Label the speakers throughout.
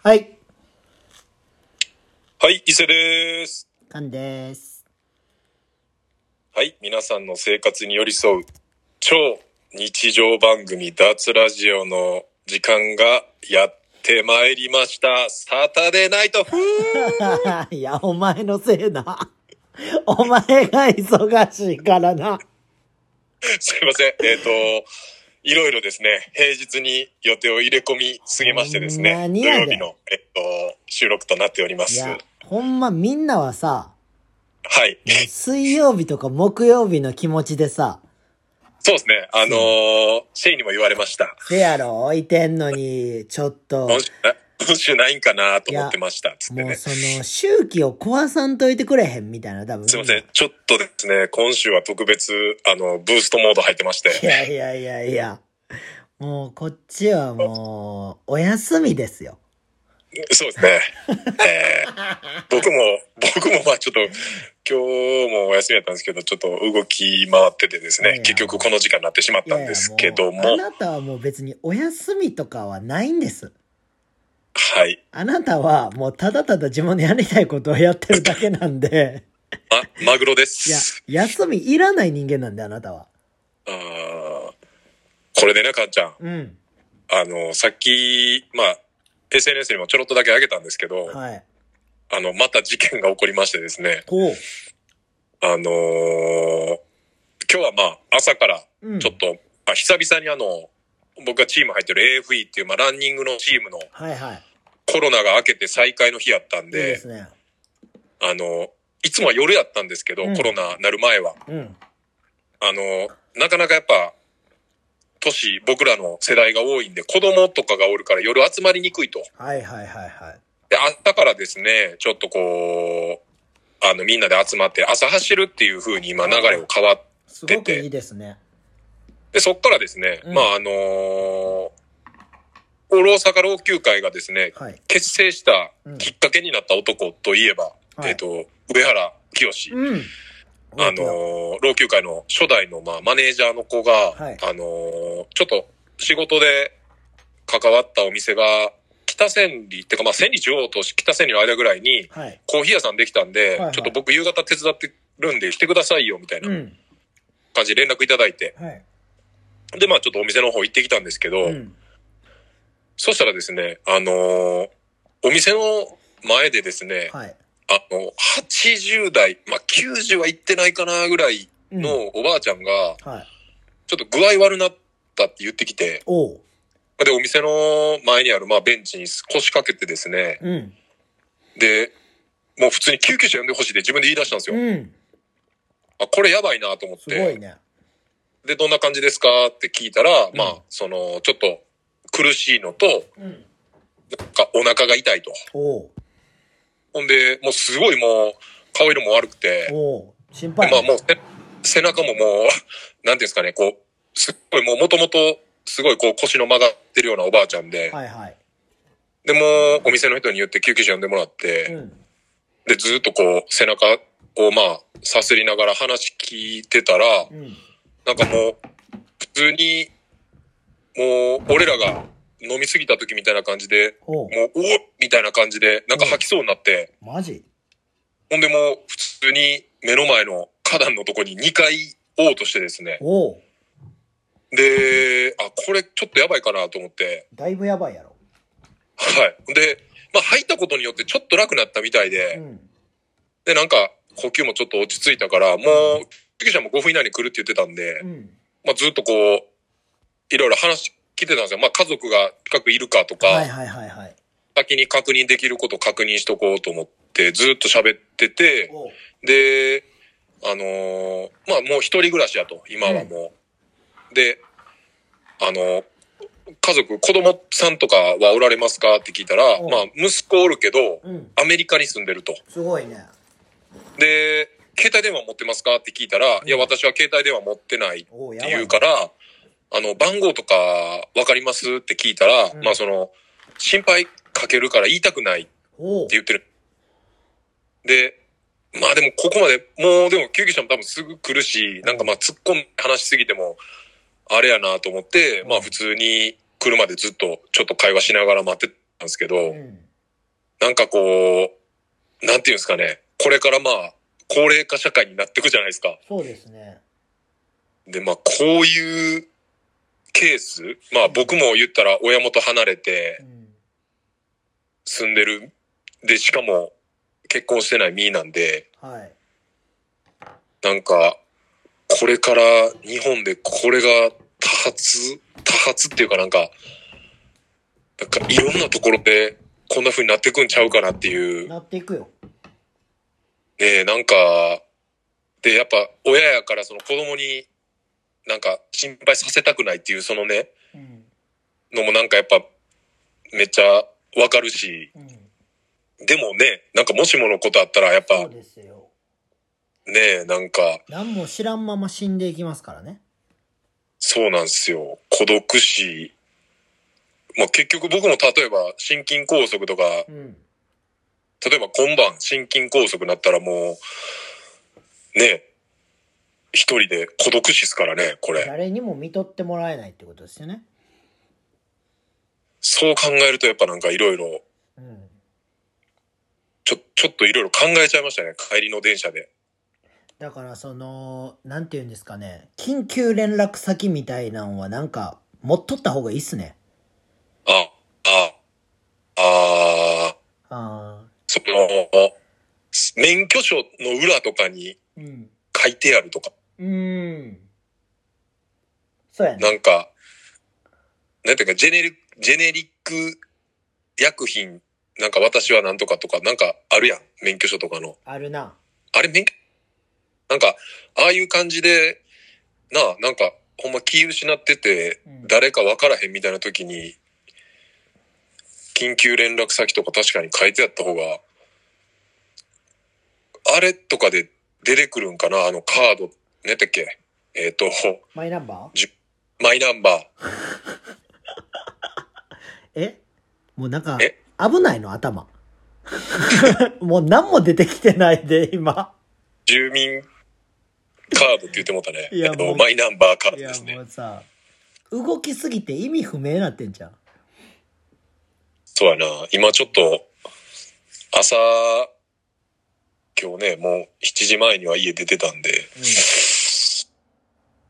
Speaker 1: はい、
Speaker 2: はい、伊勢です。
Speaker 1: カンです。
Speaker 2: はい、皆さんの生活に寄り添う超日常番組脱ラジオの時間がやってまいりました。サタデーナイトふー
Speaker 1: いや、お前のせいな。お前が忙しいからな。
Speaker 2: すいません。えっ、と、いろいろですね、平日に予定を入れ込みすぎましてです
Speaker 1: ほんま
Speaker 2: ね、土
Speaker 1: にやで
Speaker 2: 曜日の、えっと、収録となっておりま
Speaker 1: い
Speaker 2: す。は
Speaker 1: や、ほんまみんなはさ、
Speaker 2: い。
Speaker 1: 水曜日とか木曜日の気持ちでさ、
Speaker 2: そうですね、あのーシェイにも言われました。
Speaker 1: せやろ置いてんのに、ちょっと、
Speaker 2: 今週な今週ないんかなと思ってました。つって
Speaker 1: もう
Speaker 2: ね。
Speaker 1: その、周期を壊さんといてくれへんみたいな、多分。
Speaker 2: すいません。ちょっとですね、今週は特別、あの、ブーストモード入ってまし
Speaker 1: い
Speaker 2: て。
Speaker 1: やいやいやいや。もう、こっちはもう、お休みですよ。
Speaker 2: そうですね。えー僕も、僕もまあちょっと、今日もお休みだったんですけど、ちょっと動き回っててです
Speaker 1: いやい
Speaker 2: ね、
Speaker 1: や
Speaker 2: 結局この時間になってしまっ
Speaker 1: い
Speaker 2: た
Speaker 1: やい
Speaker 2: ん
Speaker 1: や
Speaker 2: ですけども、
Speaker 1: うあなたはもう別にお休みとかはないんです。
Speaker 2: はい。
Speaker 1: あなたはもうただただ自分のやりたいことをやってるだけなん で、
Speaker 2: ま、マグロで
Speaker 1: いや
Speaker 2: す。、
Speaker 1: 休みいらない人間なんで、あなたは。
Speaker 2: あーこれでね、かんちゃん。
Speaker 1: うん。
Speaker 2: あの、さっき、まあ、SNS にもちょろっとだけ上げたんですけど、
Speaker 1: はい。
Speaker 2: あの、また事件が起こりましてですね、
Speaker 1: こう。
Speaker 2: あのー今日はまあ、朝から
Speaker 1: うん。
Speaker 2: ちょっ。と、あ久々にあの、僕がチーム入ってる AFE っていう、まあ、ランニングのチームの
Speaker 1: はいはい。
Speaker 2: コロナが明けて再開の日やったん
Speaker 1: いいで
Speaker 2: で、
Speaker 1: すね。
Speaker 2: あの、いつもは夜やったんですけど、
Speaker 1: うん
Speaker 2: コロナなる前は。
Speaker 1: うん。
Speaker 2: あの、なかなかやっぱ、年、僕らの世代が多いんで、子供とかがおるから夜集まりにくいと。
Speaker 1: はいはいはいはい。
Speaker 2: で、あったからですね、ちょっとこう、あの、みんなで集まって朝走るっていう風に今流れを変わっ
Speaker 1: すごくいいですね。
Speaker 2: で、そっからですね、
Speaker 1: うん
Speaker 2: まああのー、オール大阪老朽会がですね、
Speaker 1: はい。
Speaker 2: 結成したきっかけになった男といえば、
Speaker 1: はい
Speaker 2: えっ、と、上原清、
Speaker 1: うん。
Speaker 2: あのー、老朽会の初代の、まあ、マネージャーの子が、
Speaker 1: はい
Speaker 2: あのー、ちょっと仕事で関わったお店が、北千里ってか、まあ、千里中央と北千里の間ぐらいに、
Speaker 1: はい。
Speaker 2: コーヒー屋さんできたんで、
Speaker 1: いはい
Speaker 2: ちょっと僕夕方手伝ってるんで来てくださいよ、みたいな
Speaker 1: うん。
Speaker 2: 感じで連絡いただいて。
Speaker 1: はい。
Speaker 2: で、まあ、ちょっとお店の方行ってきたんですけど、
Speaker 1: うん。
Speaker 2: そしたらですね、あのーお店の前でですね、
Speaker 1: はい。
Speaker 2: あの、80代、まあ、90は行ってないかなぐらい
Speaker 1: うん。
Speaker 2: のおばあちゃんが、
Speaker 1: はい。
Speaker 2: ちょっと具合悪なったって言ってきて、
Speaker 1: おう。
Speaker 2: で、お店の前にある、まあ、ベンチに腰掛けてですね、
Speaker 1: うん。
Speaker 2: で、もう普通に救急車呼んでほしいって自分で言い出したんですよ。
Speaker 1: うん。
Speaker 2: あ、これやばいなと思っ
Speaker 1: すご
Speaker 2: て、
Speaker 1: いね。
Speaker 2: で、どんな感じですかって聞いたら、
Speaker 1: ん
Speaker 2: まあ、その、ちょっと苦しいのと、
Speaker 1: うん。
Speaker 2: なんかお腹が痛いと。
Speaker 1: おう。
Speaker 2: ほんで、もうすごいもう、顔色も悪くて、
Speaker 1: おう。心配。
Speaker 2: まあもうせ背中ももう、なんていうんですかね、こう、すっごいもうもともと、すごいこう腰の曲がってるようなおばあちゃんで、
Speaker 1: はいはい。
Speaker 2: でもうお店の人に言って救急車呼んでもらって、
Speaker 1: うん。
Speaker 2: でずっとこう背中をまあさすりながら話聞いてたら、
Speaker 1: うん。
Speaker 2: なんかもう普通に、もう俺らが飲みすぎた時みたいな感じで、
Speaker 1: おう。
Speaker 2: もうおっみたいな感じで、なんか吐きそうになって、
Speaker 1: マジ
Speaker 2: ほんでもう普通に目の前の花壇のとこに2回嘔吐してですね、
Speaker 1: おう。
Speaker 2: で、あ、これちょっとやばいかなと思って、
Speaker 1: だいぶやばいやろ。
Speaker 2: はい。で、まあ、入ったことによってちょっと楽になったみたいで、
Speaker 1: うん。
Speaker 2: で、なんか、呼吸もちょっと落ち着いたから、もう、救急車も5分以内に来るって言ってたんで
Speaker 1: う、ん。
Speaker 2: まあ、ずっとこう、いろいろ話聞いてたんですよ。まあ、家族が近くいるかとか、
Speaker 1: はいはいはいはい。
Speaker 2: 先に確認できること確認しとこうと思って、ずっと喋ってて、
Speaker 1: おう。
Speaker 2: で、あのーまあ、もう一人暮らしやと、今はもう。で、あのー家族、子供さんとかはおられますかって聞いたら、
Speaker 1: うん
Speaker 2: まあ、息子おるけど、
Speaker 1: うん。
Speaker 2: アメリカに住んでると。
Speaker 1: すごいね。
Speaker 2: で、携帯電話持ってますかって聞いたら、
Speaker 1: ん
Speaker 2: いや、私は携帯電話持ってないっ
Speaker 1: おう、や
Speaker 2: て
Speaker 1: ばい。
Speaker 2: 言うから、あの、番号とかわかりますって聞いたら、
Speaker 1: うん
Speaker 2: まあ、その、心配かけるから言いたくない
Speaker 1: おう
Speaker 2: っ。て言ってる。で、まあでもここまで、もうでも救急車も多分すぐ来るし、なんかまあ突っ込んで話しすぎても、あれやなと思って、まあ普通に車でずっとちょっと会話しながら待ってたんですけど、
Speaker 1: うん。
Speaker 2: なんかこう、なんていうんですかね。これからまあ、高齢化社会になっていくじゃないですか。
Speaker 1: そうですね。
Speaker 2: で、まあ、こういうケース、まあ、僕も言ったら親元離れ
Speaker 1: う
Speaker 2: て
Speaker 1: ん。
Speaker 2: 住んでる。で、しかも結婚してない身なんで、
Speaker 1: はい。
Speaker 2: なんか、これから日本でこれが多発、多発っていうかなんか、なんかいろんなところでこんな風になってくんちゃうかなっていう。
Speaker 1: なっていくよ。
Speaker 2: ねえ、なんか、で、やっぱ親やからその子供になんか心配させたくないっていうそのね、
Speaker 1: うん。
Speaker 2: のもなんかやっぱめっちゃわかるし、
Speaker 1: うん。
Speaker 2: でもね、なんかもしものことあったらやっぱ
Speaker 1: そう
Speaker 2: ね
Speaker 1: ですよ。
Speaker 2: え、なんか
Speaker 1: 何も知らんまま死んでいきますからね。
Speaker 2: そうなんですよ。孤独死。まあ結局僕も例えば心筋梗塞とか、
Speaker 1: うん。
Speaker 2: 例えば今晩心筋梗塞になったらもう、ねえ、一人で孤独死っすからね、これ。
Speaker 1: 誰にも見とってもらえないってことですよね。
Speaker 2: そう考えるとやっぱなんかいろいろ、
Speaker 1: うん。
Speaker 2: ちょ、ちょっといろいろ考えちゃいましたね。帰りの電車で。
Speaker 1: だからその、なんて言うんですかね。緊急連絡先みたいなんはなんか、持っとった方がいいっすね。
Speaker 2: あ、あ、あ
Speaker 1: あ
Speaker 2: ー、
Speaker 1: あ。
Speaker 2: その、免許証の裏とかに
Speaker 1: うん。
Speaker 2: 書いてあるとか、
Speaker 1: うん。そうやね。
Speaker 2: なんか、なんていうか、ジェネリジェネリック薬品、なんか私はなんとかとか、なんかあるやん。免許証とかの。
Speaker 1: あるな。
Speaker 2: あれ、免許、なんか、ああいう感じで、なあ、なんか、ほんま気失ってて、
Speaker 1: うん
Speaker 2: 誰か分からへんみたいな時に、緊急連絡先とか確かに書いてあった方が、あれとかで出てくるんかなあのカード、ねてっけえっ、と、
Speaker 1: マイナンバー
Speaker 2: マイナンバー。
Speaker 1: えもうなんか
Speaker 2: え、
Speaker 1: 危ないの頭。 もう何も出てきてないで、今。
Speaker 2: 住民カードって言ってもうたね。
Speaker 1: いや
Speaker 2: えっと
Speaker 1: もう
Speaker 2: マイナンバーカード
Speaker 1: いや
Speaker 2: です、ね
Speaker 1: も。うさ、動きすぎて意味不明なってんじゃん。
Speaker 2: そうやな。今ちょっと、朝、今日ね、もう7時前には家出てたんで、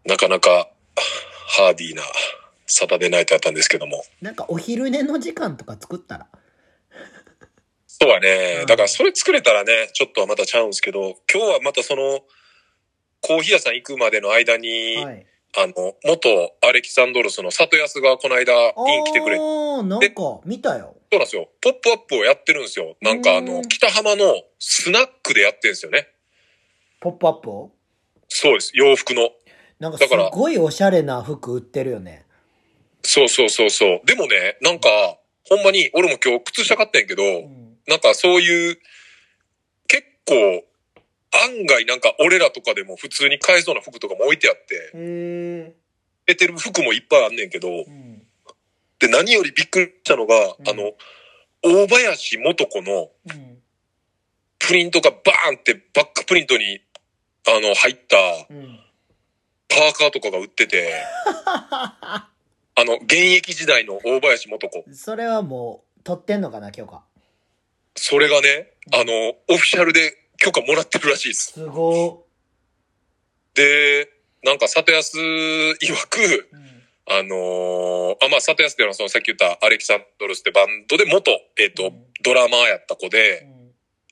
Speaker 2: なかなか、ハーディーなサタデーナイトやったんですけども。
Speaker 1: なんかお昼寝の時間とか作ったら。
Speaker 2: そうはね、
Speaker 1: うん
Speaker 2: だからそれ作れたらね、ちょっとはまたちゃうんですけど、今日はまたその、コーヒー屋さん行くまでの間に、
Speaker 1: はい。
Speaker 2: あの、元アレキサンドロスの里安がこの間、イン来てくれて
Speaker 1: あーなんか見たよ。
Speaker 2: そうなんですよ。ポップアップをやってるんですよ。なんかあ
Speaker 1: う
Speaker 2: の
Speaker 1: ん、
Speaker 2: 北浜のスナックでやってるんですよね。
Speaker 1: ポップアップを。
Speaker 2: そうです。洋服の。
Speaker 1: なんかす
Speaker 2: だから
Speaker 1: ごいおしゃれな服売ってるよね。
Speaker 2: そうそうそうそう。でもね、なんか、ほんまに、俺も今日靴下買ったんやけど、
Speaker 1: うん
Speaker 2: なんかそういう、結構、案外なんか俺らとかでも普通に買えそうな服とかも置いてあって、
Speaker 1: へ
Speaker 2: 出てる服もいっぱいあんねんけど、
Speaker 1: え。うん。
Speaker 2: で、何よりびっくりしたのが、
Speaker 1: うん
Speaker 2: あの、大林素子の
Speaker 1: うん。
Speaker 2: プリントがバーンってバックプリントに、あの、入った、
Speaker 1: うん。
Speaker 2: パーカーとかが売ってて、あの、現役時代の大林素子。
Speaker 1: それはもう、撮ってんのかな、今日か。
Speaker 2: それがね、あの、オフィシャルで許可もらってるらしいです。
Speaker 1: すご
Speaker 2: で、なんか、里安曰く、
Speaker 1: ー。
Speaker 2: あのーあ、まあ、里安っていうのは、その、さっき言ったアレキサンドロスってバンドで元、え
Speaker 1: う
Speaker 2: っ、と
Speaker 1: ん、
Speaker 2: ドラマーやった子
Speaker 1: う
Speaker 2: で、
Speaker 1: ん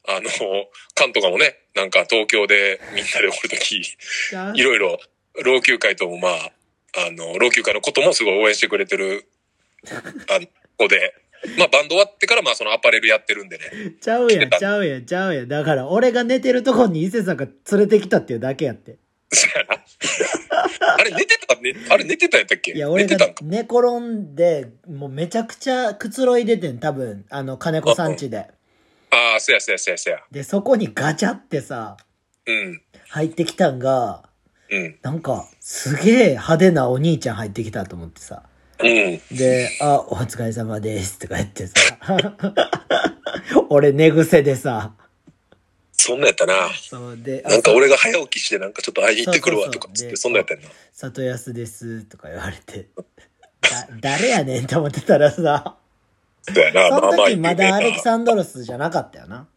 Speaker 2: あの関とかもね、なんか東京でみんなでおるとき、
Speaker 1: じゃあ
Speaker 2: いろいろ、老朽会ともまあ、あの、老朽会のこともすごい応援してくれてる、あの、子で。まあ、バンド終わってから、まあ、そのアパレルやってるんでね。
Speaker 1: ちゃうやん、ちゃうやん、ちゃうやん。だから、俺が寝てるとこに伊勢さんが連れてきたっていうだけやって。
Speaker 2: そやなあれ、寝てた、ね、あれ、寝てたんやったっけ
Speaker 1: いや、
Speaker 2: 寝
Speaker 1: 俺
Speaker 2: て
Speaker 1: が
Speaker 2: たんか。
Speaker 1: 寝転んで、もうめちゃくちゃくつろいでてん、多分、あの、金子さんちで。
Speaker 2: ああ、そやそやそやそや。
Speaker 1: で、そこにガチャってさ、
Speaker 2: うん。
Speaker 1: 入ってきたんが、
Speaker 2: うん。
Speaker 1: なんか、すげえ派手なお兄ちゃん入ってきたと思ってさ。
Speaker 2: うん。
Speaker 1: で、あ、お疲れ様ですとか言ってさ。 俺寝癖でさ。
Speaker 2: そんなんやったな。
Speaker 1: そうで、
Speaker 2: なんか
Speaker 1: あ
Speaker 2: 俺が早起きして、なんかちょっと会いに行ってくるわとかっつって、
Speaker 1: そ
Speaker 2: そ
Speaker 1: うんそう
Speaker 2: な
Speaker 1: ん
Speaker 2: やったんやな。
Speaker 1: 里 安ですとか言われて。だ、誰やねんと思ってたらさ、
Speaker 2: そうやな、
Speaker 1: そ
Speaker 2: まあ
Speaker 1: の
Speaker 2: まあ
Speaker 1: 時
Speaker 2: 有
Speaker 1: ま
Speaker 2: 名
Speaker 1: だ
Speaker 2: な。
Speaker 1: アレキサンドロスじゃなかったよ な。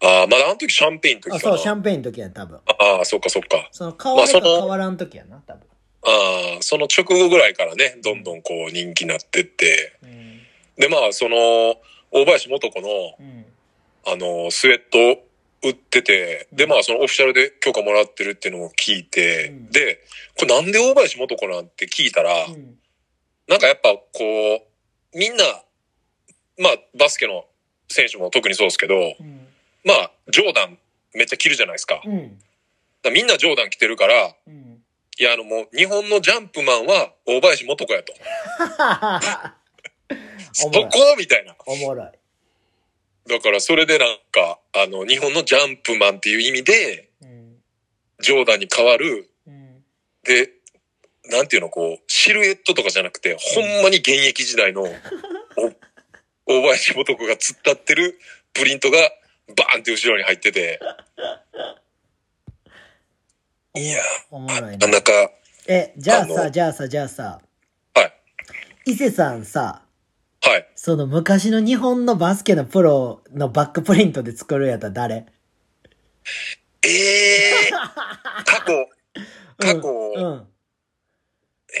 Speaker 2: ああ、まだあの時シャンペーンの
Speaker 1: あ、
Speaker 2: 時か
Speaker 1: そ
Speaker 2: な。
Speaker 1: う、シャンペーンの時やね、多分。
Speaker 2: ああ、そっかそっか。
Speaker 1: その変わる
Speaker 2: ま
Speaker 1: か
Speaker 2: あその
Speaker 1: 変わらん時やな、多分。
Speaker 2: ああ、その直後ぐらいからね、どんどんこう人気になってって。
Speaker 1: うん。
Speaker 2: で、まあ、その、大林素子の、
Speaker 1: うん。
Speaker 2: あの、スウェットを売ってて、で、まあ、そのオフィシャルで許可もらってるっていうのを聞いて、
Speaker 1: うん
Speaker 2: で、これなんで大林素子なんて聞いたら、
Speaker 1: うん。
Speaker 2: なんかやっぱこう、みんな、まあ、バスケの選手も特にそうですけど、
Speaker 1: うん。
Speaker 2: まあ、ジョーダンめっちゃ着るじゃないですか。だか
Speaker 1: うん。
Speaker 2: らみんなジョーダン着てるから、い
Speaker 1: うん。
Speaker 2: や、あのもう、日本のジャンプマンは大林素子やと。そ
Speaker 1: おもろい
Speaker 2: こみたいな。
Speaker 1: おもろい。
Speaker 2: だからそれでなんか、あの、日本のジャンプマンっていう意味で、
Speaker 1: うん。
Speaker 2: ジョーダンに変わる、
Speaker 1: うん。
Speaker 2: で、なんていうの、こう、シルエットとかじゃなくて、ほんまに現役時代の、お大林素子が突っ立ってるプリントが、バーンって後ろに入ってて、いや
Speaker 1: おも
Speaker 2: ー、
Speaker 1: ろい
Speaker 2: な
Speaker 1: な
Speaker 2: か。なか、
Speaker 1: え、じゃあ
Speaker 2: あ
Speaker 1: さ、
Speaker 2: の
Speaker 1: じゃあさ、じゃあさ、
Speaker 2: はい、
Speaker 1: 伊勢さんさ、
Speaker 2: はい。
Speaker 1: その昔の日本のバスケのプロのバックプリントで作るやったら誰
Speaker 2: えー、過去、過
Speaker 1: う
Speaker 2: 去、
Speaker 1: ん。うん
Speaker 2: えー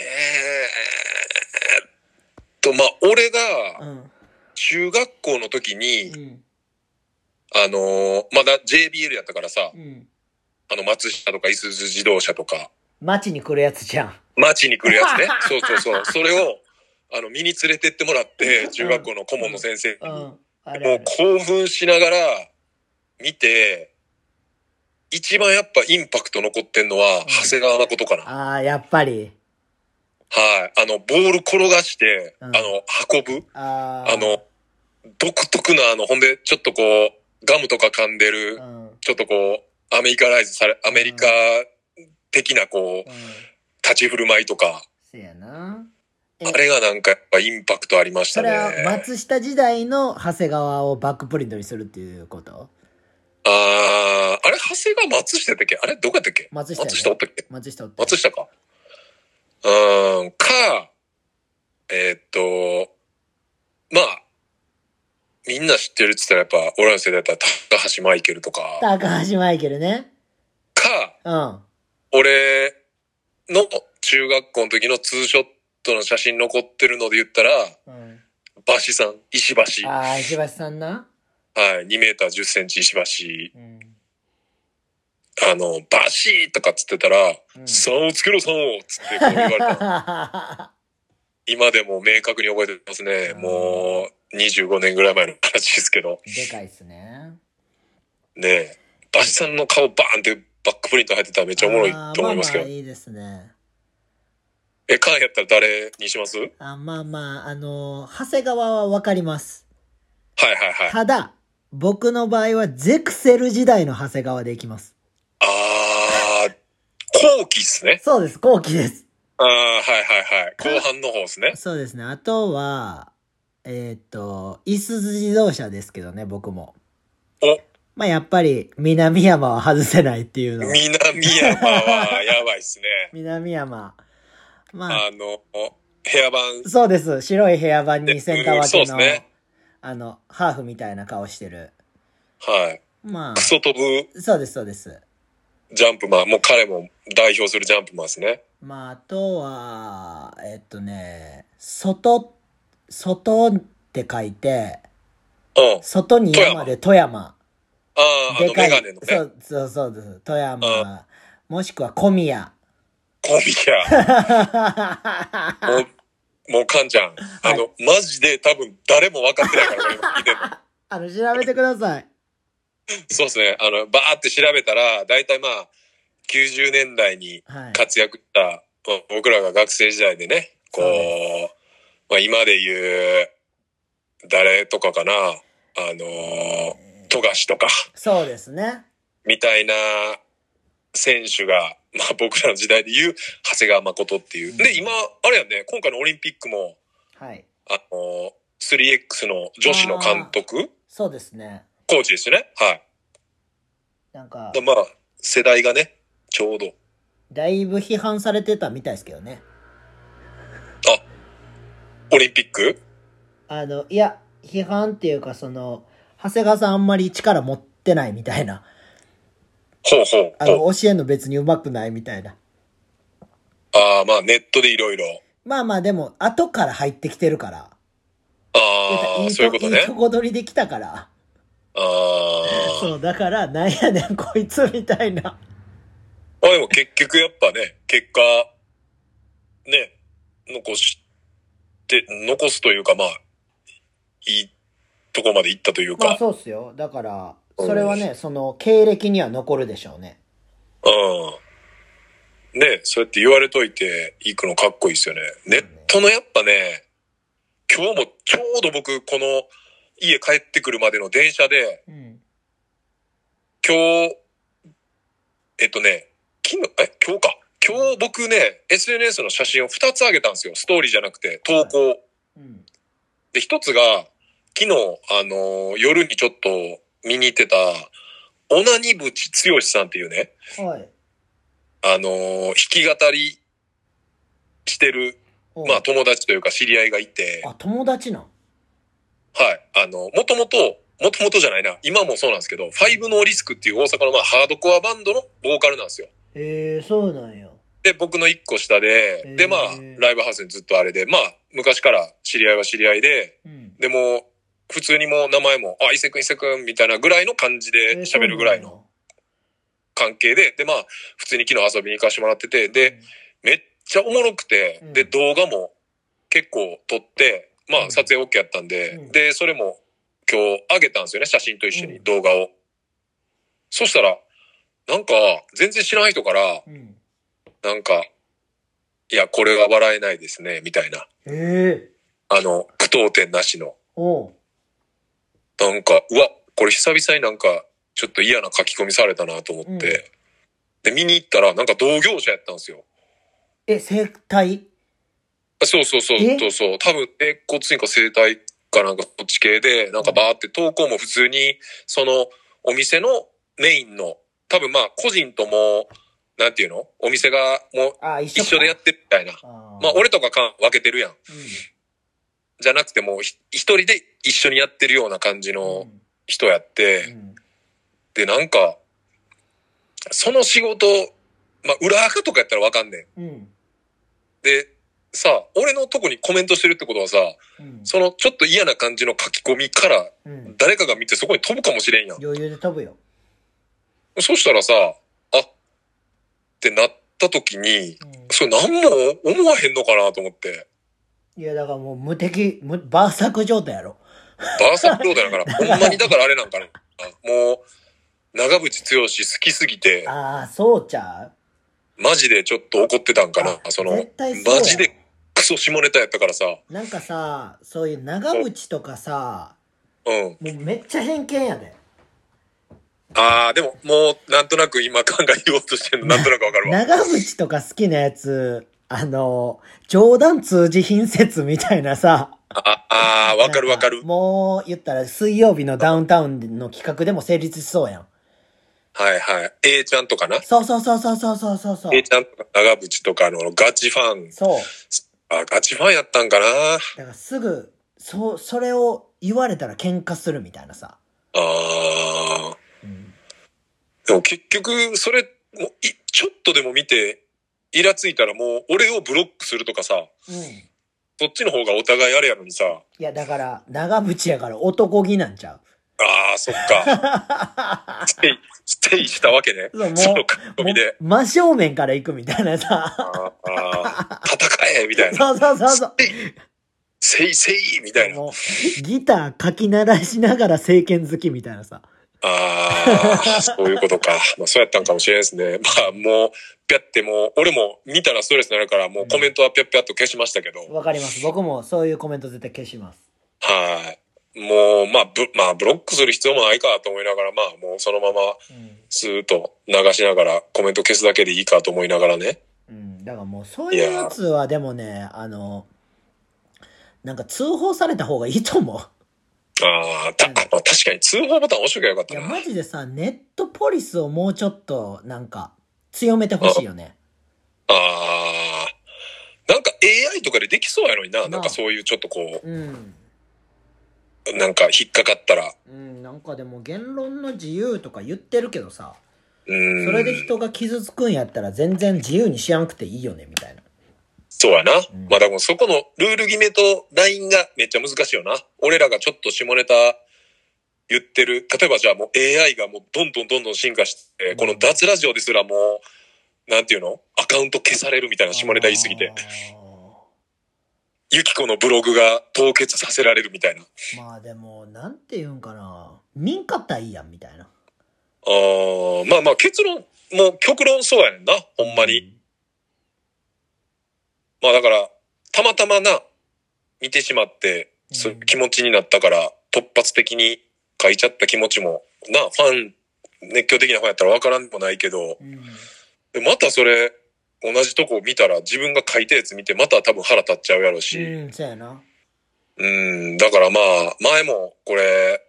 Speaker 2: っと、まあ、俺が、
Speaker 1: うん。
Speaker 2: 中学校の時に、
Speaker 1: うん。
Speaker 2: あのーまだ JBL やったからさ、
Speaker 1: うん。
Speaker 2: あの、松下とか、いすゞ自動車とか、
Speaker 1: 街に来るやつじゃん。
Speaker 2: 街に来るや つね。そうそうそう。それを、あの、身に連れてってもらって、中学校の顧問の先生
Speaker 1: う
Speaker 2: に、
Speaker 1: ん。あれあれ。
Speaker 2: もう興奮しながら、見て、一番やっぱインパクト残ってんのは、長谷川誠かな。
Speaker 1: ああ、やっぱり。
Speaker 2: はい。あの、ボール転がして、
Speaker 1: うん
Speaker 2: あの、運ぶ。
Speaker 1: ああ。
Speaker 2: あの、独特な、あの、ほんで、ちょっとこう、ガムとか噛んでる、
Speaker 1: うん、
Speaker 2: ちょっとこう、アメリカライズされ、アメリカ的なこ
Speaker 1: う
Speaker 2: う、
Speaker 1: ん。
Speaker 2: 立ち振る舞いとか、
Speaker 1: せやな。え
Speaker 2: あれがなんかやっぱインパクトありました
Speaker 1: そ
Speaker 2: ね
Speaker 1: れ。は松下時代の長谷川をバックプリントにするっていうこと
Speaker 2: あー、あれ、長谷川松下やったっけあれ、どこやったっけ
Speaker 1: 松下やね
Speaker 2: 松下おったっけ
Speaker 1: 松下おって。
Speaker 2: 松下か。うーん、か、えーっと、まあ、みんな知ってるって言ったらやっぱ、俺らの世代だったら高橋マイケルとか、
Speaker 1: 高橋マイケルね。
Speaker 2: か、
Speaker 1: うん。
Speaker 2: 俺の中学校の時のツーショットの写真残ってるので言ったら、
Speaker 1: うん、
Speaker 2: バシさん、石橋。は
Speaker 1: ああ、石橋さんな。
Speaker 2: い、2メーター10センチ石
Speaker 1: うん。
Speaker 2: 橋。あの、バシーとかっつってたら、
Speaker 1: うん
Speaker 2: 3をつけろ3をつってこう言われ た。今でも明確に覚えてますね。
Speaker 1: うん
Speaker 2: もう25年ぐらい前の話ですけど。
Speaker 1: でかいっすね。
Speaker 2: ねえ、バシさんの顔バーンってバックプリント入ってたらめっちゃおもろいと思いますけ
Speaker 1: あーまあまあ
Speaker 2: ど。
Speaker 1: いいですね。
Speaker 2: え、カンやったら誰にしますはい
Speaker 1: あまあまあ、あのー長谷川はわかります。
Speaker 2: はいはい。
Speaker 1: ただ、僕の場合はゼクセル時代の長谷川でいきます。
Speaker 2: あー、後期っすね。
Speaker 1: そうです、後期です。
Speaker 2: ああ、はいはいはい。後半の方ですね。
Speaker 1: そうですね。あとは、えーっと、いすゞ自動車ですけどね、僕も。
Speaker 2: お、
Speaker 1: まあやっぱり、南山は外せないっていうの。。
Speaker 2: 南山はやばいっすね
Speaker 1: 南山。まあ、
Speaker 2: あの、部屋版、
Speaker 1: そうです。白い部屋版に千川
Speaker 2: うんそう
Speaker 1: 家
Speaker 2: で
Speaker 1: の、
Speaker 2: すね
Speaker 1: あの、ハーフみたいな顔してる。
Speaker 2: はい。
Speaker 1: ま
Speaker 2: クソ飛ぶ
Speaker 1: あ、そうです、そうです。
Speaker 2: ジャンプマン、もう彼も代表するジャンプマンですね。
Speaker 1: まあ、あとは、えっとね、外、外って書いて、
Speaker 2: うん。
Speaker 1: 外に山で富山。
Speaker 2: ああ、あ
Speaker 1: で
Speaker 2: の
Speaker 1: か
Speaker 2: メ
Speaker 1: い
Speaker 2: ガネの
Speaker 1: そ
Speaker 2: ね、
Speaker 1: うそうそうです。富
Speaker 2: う
Speaker 1: 山。もしくは小宮。
Speaker 2: コンビや。もう、もうカンちゃん、あの、マジで多分誰も分かってないから、これ今聞いてんの
Speaker 1: あの、調べてください。
Speaker 2: そうですね。あの、バーって調べたら、大体まあ、90年代に、
Speaker 1: はい。
Speaker 2: 活躍した、まあ僕らが学生時代でね、こう
Speaker 1: そう、
Speaker 2: まあ、今で言う、誰とかかな、あのー、富樫とか、
Speaker 1: そうですね。
Speaker 2: みたいな選手が、まあ僕らの時代で言う、長谷川誠っていう。で、今、あれやね、今回のオリンピックも、
Speaker 1: はい。
Speaker 2: あのー、3X の女子の監督、
Speaker 1: そうですね。
Speaker 2: コーチですよね。はい。
Speaker 1: なんか
Speaker 2: で、まあ、世代がね、ちょうど。
Speaker 1: だいぶ批判されてたみたいですけどね。
Speaker 2: オリンピック
Speaker 1: あの、いや、批判っていうか、その、長谷川さんあんまり力持ってないみたいな。
Speaker 2: ほうほう
Speaker 1: あの、
Speaker 2: ほう。
Speaker 1: 教えんの別に上手くないみたいな。
Speaker 2: ああ、まあネットでいろいろ。
Speaker 1: まあまあ、でも、後から入ってきてるから。
Speaker 2: あ
Speaker 1: い
Speaker 2: あ、
Speaker 1: い
Speaker 2: そういうことね
Speaker 1: いい。とこ取りできたから。
Speaker 2: ああ。
Speaker 1: そう、だから、なんやねん、こいつ、みたいな。
Speaker 2: まあでも結局やっぱね、結果、ね、残して、残すというかまあ、いいとこまで行ったという
Speaker 1: まあ、
Speaker 2: か、
Speaker 1: そうっすよ。だから、それはね、その、経歴には残るでしょうね。
Speaker 2: うん。ね、そうやって言われといて行くのかっこいいですよね。ネットのやっぱね、今日もちょうど僕この家帰ってくるまでの電車で、
Speaker 1: うん。
Speaker 2: 今日、えっとね、昨日、え、今日か。今日僕ね、SNS の写真を2つ上げたんですよ。ストーリーじゃなくて、投稿。
Speaker 1: うん。
Speaker 2: で、一つが、昨日、あのー夜にちょっと見に行ってた、オナニブチ剛さんっていうね、
Speaker 1: はい。
Speaker 2: あのー弾き語りしてる、
Speaker 1: おう
Speaker 2: まあ友達というか知り合いがいて、
Speaker 1: あ、友達なん。
Speaker 2: はい、あの、もともと、もともとじゃないな、今もそうなんですけど、ファイブノーリスクっていう大阪のまあハードコアバンドのボーカルなんですよ。
Speaker 1: ええそうなんよ。
Speaker 2: で、僕の一個下
Speaker 1: へ
Speaker 2: で、
Speaker 1: ー
Speaker 2: で、まあ、ライブハウスにずっとあれで、まあ、昔から知り合いは知り合いで、
Speaker 1: うん。
Speaker 2: でも、普通にもう名前も、あ、伊勢くん、伊勢くん、みたいなぐらいの感じで喋るぐらいの関係で、で、まあ、普通に昨日遊びに行かしてもらってて、で、めっちゃおもろくて
Speaker 1: うん、
Speaker 2: で、動画も結構撮って、ま
Speaker 1: うん
Speaker 2: あ、撮影 OK やったんで
Speaker 1: うん、
Speaker 2: で、それも今日上げたんですよね、写真と一緒
Speaker 1: う
Speaker 2: に
Speaker 1: ん
Speaker 2: 動画を。そしたら、なんか、全然知らない人から、
Speaker 1: うん。うん
Speaker 2: なんか、いや、これは笑えないですね、みたいな。
Speaker 1: ええ
Speaker 2: あの、句読点なしの。
Speaker 1: おう。
Speaker 2: なんか、うわ、これ久々になんか、ちょっと嫌な書き込みされたなと思って、
Speaker 1: うん
Speaker 2: で、見に行ったら、なんか同業者やったんですよ。
Speaker 1: え、生体
Speaker 2: あそうそうそう、
Speaker 1: え
Speaker 2: そうそう。多分、え、こっちにか生態かなんかこっち系で、なんかバーって投稿も普通に、その、お店のメインの、多分まあ、個人とも、なんていうのお店がもう
Speaker 1: あ、一緒
Speaker 2: 一緒でやってるみたいな。
Speaker 1: あー
Speaker 2: まあ、俺とかかん分けてるやん。
Speaker 1: う
Speaker 2: じゃなくてもうひ、一人で一緒にやってるような感じの
Speaker 1: んうん
Speaker 2: 人やって、
Speaker 1: うん
Speaker 2: で、なんか、その仕事、まあ、裏垢とかやったらわかんねん。
Speaker 1: うん。
Speaker 2: で、さ、俺のとこにコメントしてるってことはさ、
Speaker 1: うん。
Speaker 2: そのちょっと嫌な感じの書き込みから
Speaker 1: うん。
Speaker 2: 誰かが見てそこに飛ぶかもしれんやん。
Speaker 1: 余裕で飛ぶよ。
Speaker 2: そしたらさ、あってなった時に、
Speaker 1: う
Speaker 2: それ何も思わへんのかなと思って。
Speaker 1: ん。いや、だからもう無敵、無、バーサク状態やろ。
Speaker 2: バーサクローだから、ほんまにだからあれなんかな。あもう、長渕剛好きす ぎて、
Speaker 1: ああ、そうちゃう
Speaker 2: マジでちょっと怒ってたんかな。
Speaker 1: あ
Speaker 2: その、
Speaker 1: 絶対そうや
Speaker 2: マジでクソ下ネタやったからさ。
Speaker 1: なんかさ、そういう長渕とかさ、
Speaker 2: うん。
Speaker 1: もうめっちゃ偏見やで。
Speaker 2: ああ、でも、もう、なんとなく今考えようとしてるの、なんとなくわかるわ。
Speaker 1: 長渕とか好きなやつ、あの、冗談通じ貧説みたいなさ。
Speaker 2: ああー、わかるわかる。
Speaker 1: もう、言ったら水曜日のダウンタウンの企画でも成立しそうやん。
Speaker 2: はいはい。A ちゃんとかな。
Speaker 1: そうそうそうそうそうそうそうそう。
Speaker 2: A ちゃんとか、長渕とかのガチファン。
Speaker 1: そう。
Speaker 2: あガチファンやったんかな。あ
Speaker 1: だからすぐ、そう、それを言われたら喧嘩するみたいなさ。
Speaker 2: あ
Speaker 1: うん。
Speaker 2: ー。でも結局、それ、もうい、ちょっとでも見て、イラついたらもう、俺をブロックするとかさ、
Speaker 1: うん。
Speaker 2: そっちの方がお互いあれやのにさ、
Speaker 1: いや、だから、長渕やから男気なんちゃう。
Speaker 2: ああ、そっか。 ステイ、ステイしたわけね。
Speaker 1: そうもう
Speaker 2: その書き込みで。
Speaker 1: もう真正面から行くみたいなさ。
Speaker 2: ああー、戦えみたいな。
Speaker 1: そうそうそうそう。
Speaker 2: せいせいみたいな。
Speaker 1: もう、ギターかき鳴らしながら政権好きみたいなさ。
Speaker 2: ああ、そういうことか。まあ、そうやったんかもしれないですね。まあ、もう、ぴゃってもう、俺も見たらストレスになるから、もうコメントはぴゃっぴゃっと消しましたけど、
Speaker 1: わかります。僕もそういうコメント絶対消します。
Speaker 2: はい。もう、まあ、ぶ、まあ、ブロックする必要もないかと思いながら、まあ、もうそのまま、
Speaker 1: うん。
Speaker 2: スーッと流しながら、コメント消すだけでいいかと思いながらね。
Speaker 1: うん、だからもうそういうやつはでもね、あの、なんか通報された方がいいと思う。
Speaker 2: ああ、た、確かに通報ボタン押しときゃよかっ
Speaker 1: い
Speaker 2: た
Speaker 1: や、
Speaker 2: な。
Speaker 1: マジでさ、ネットポリスをもうちょっと、なんか、強めてほしいよね。
Speaker 2: ああ、なんか AI とかでできそうやのにな、なんかそういうちょっとこう、
Speaker 1: うん。
Speaker 2: なんか引っかかったら。
Speaker 1: うん、なんかでも言論の自由とか言ってるけどさ、
Speaker 2: うん。
Speaker 1: それで人が傷つくんやったら全然自由にしやんくていいよね、みたいな。
Speaker 2: そうやな。
Speaker 1: ん
Speaker 2: まあだからそこのルール決めとラインがめっちゃ難しいよな。俺らがちょっと下ネタ言ってる。例えばじゃあもう AI がもうどんどんどんどん進化して、この脱ラジオですらもう、なんていうのアカウント消されるみたいな下ネタ言いすぎて。ゆきこのブログが凍結させられるみたいな。あ
Speaker 1: あー。まあでも、なんて言うんかな。民家ったらいいやん、みたいな。
Speaker 2: ーまあまあ結論、もう極論そうやねんな。ほんまに。まあだから、たまたまな、見てしまって、そう
Speaker 1: うん
Speaker 2: 気持ちになったから、突発的に書いちゃった気持ちも、な、ファン、熱狂的なファンやったらわからんでもないけど、
Speaker 1: うん。うん。
Speaker 2: でまたそれ、同じとこ見たら、自分が書いたやつ見て、また多分腹立っちゃうやろし、
Speaker 1: うん、そうやな。
Speaker 2: うん、だからまあ、前もこれ、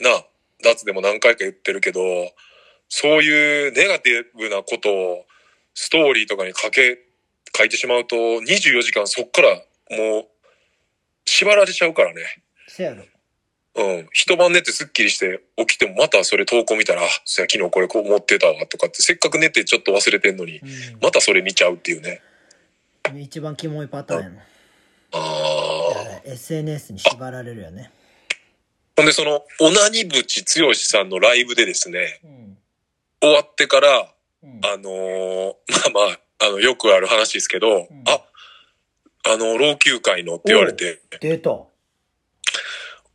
Speaker 2: な、脱でも何回か言ってるけど、そういうネガティブなことを、ストーリーとかに書け、書いてしまうと、24時間そっから、もう、縛られちゃうからね。
Speaker 1: そうやろ。
Speaker 2: うん。一晩寝てスッキリして起きてもまたそれ投稿見たら、あそや昨日これこう持ってたわとかって、せっかく寝てちょっと忘れてんのに、
Speaker 1: う
Speaker 2: またそれ見ちゃうっていうね。
Speaker 1: ん。一番キモいパターンやな。だ
Speaker 2: あ
Speaker 1: か
Speaker 2: あ。
Speaker 1: ら SNS に縛られるよね。
Speaker 2: ほんでその、オナニブチ剛さんのライブでですね、
Speaker 1: うん。
Speaker 2: 終わってから、
Speaker 1: うん
Speaker 2: あのー まあまあ、あの、よくある話ですけど、
Speaker 1: うん
Speaker 2: あ、あの、老朽会のって言われて、
Speaker 1: デート。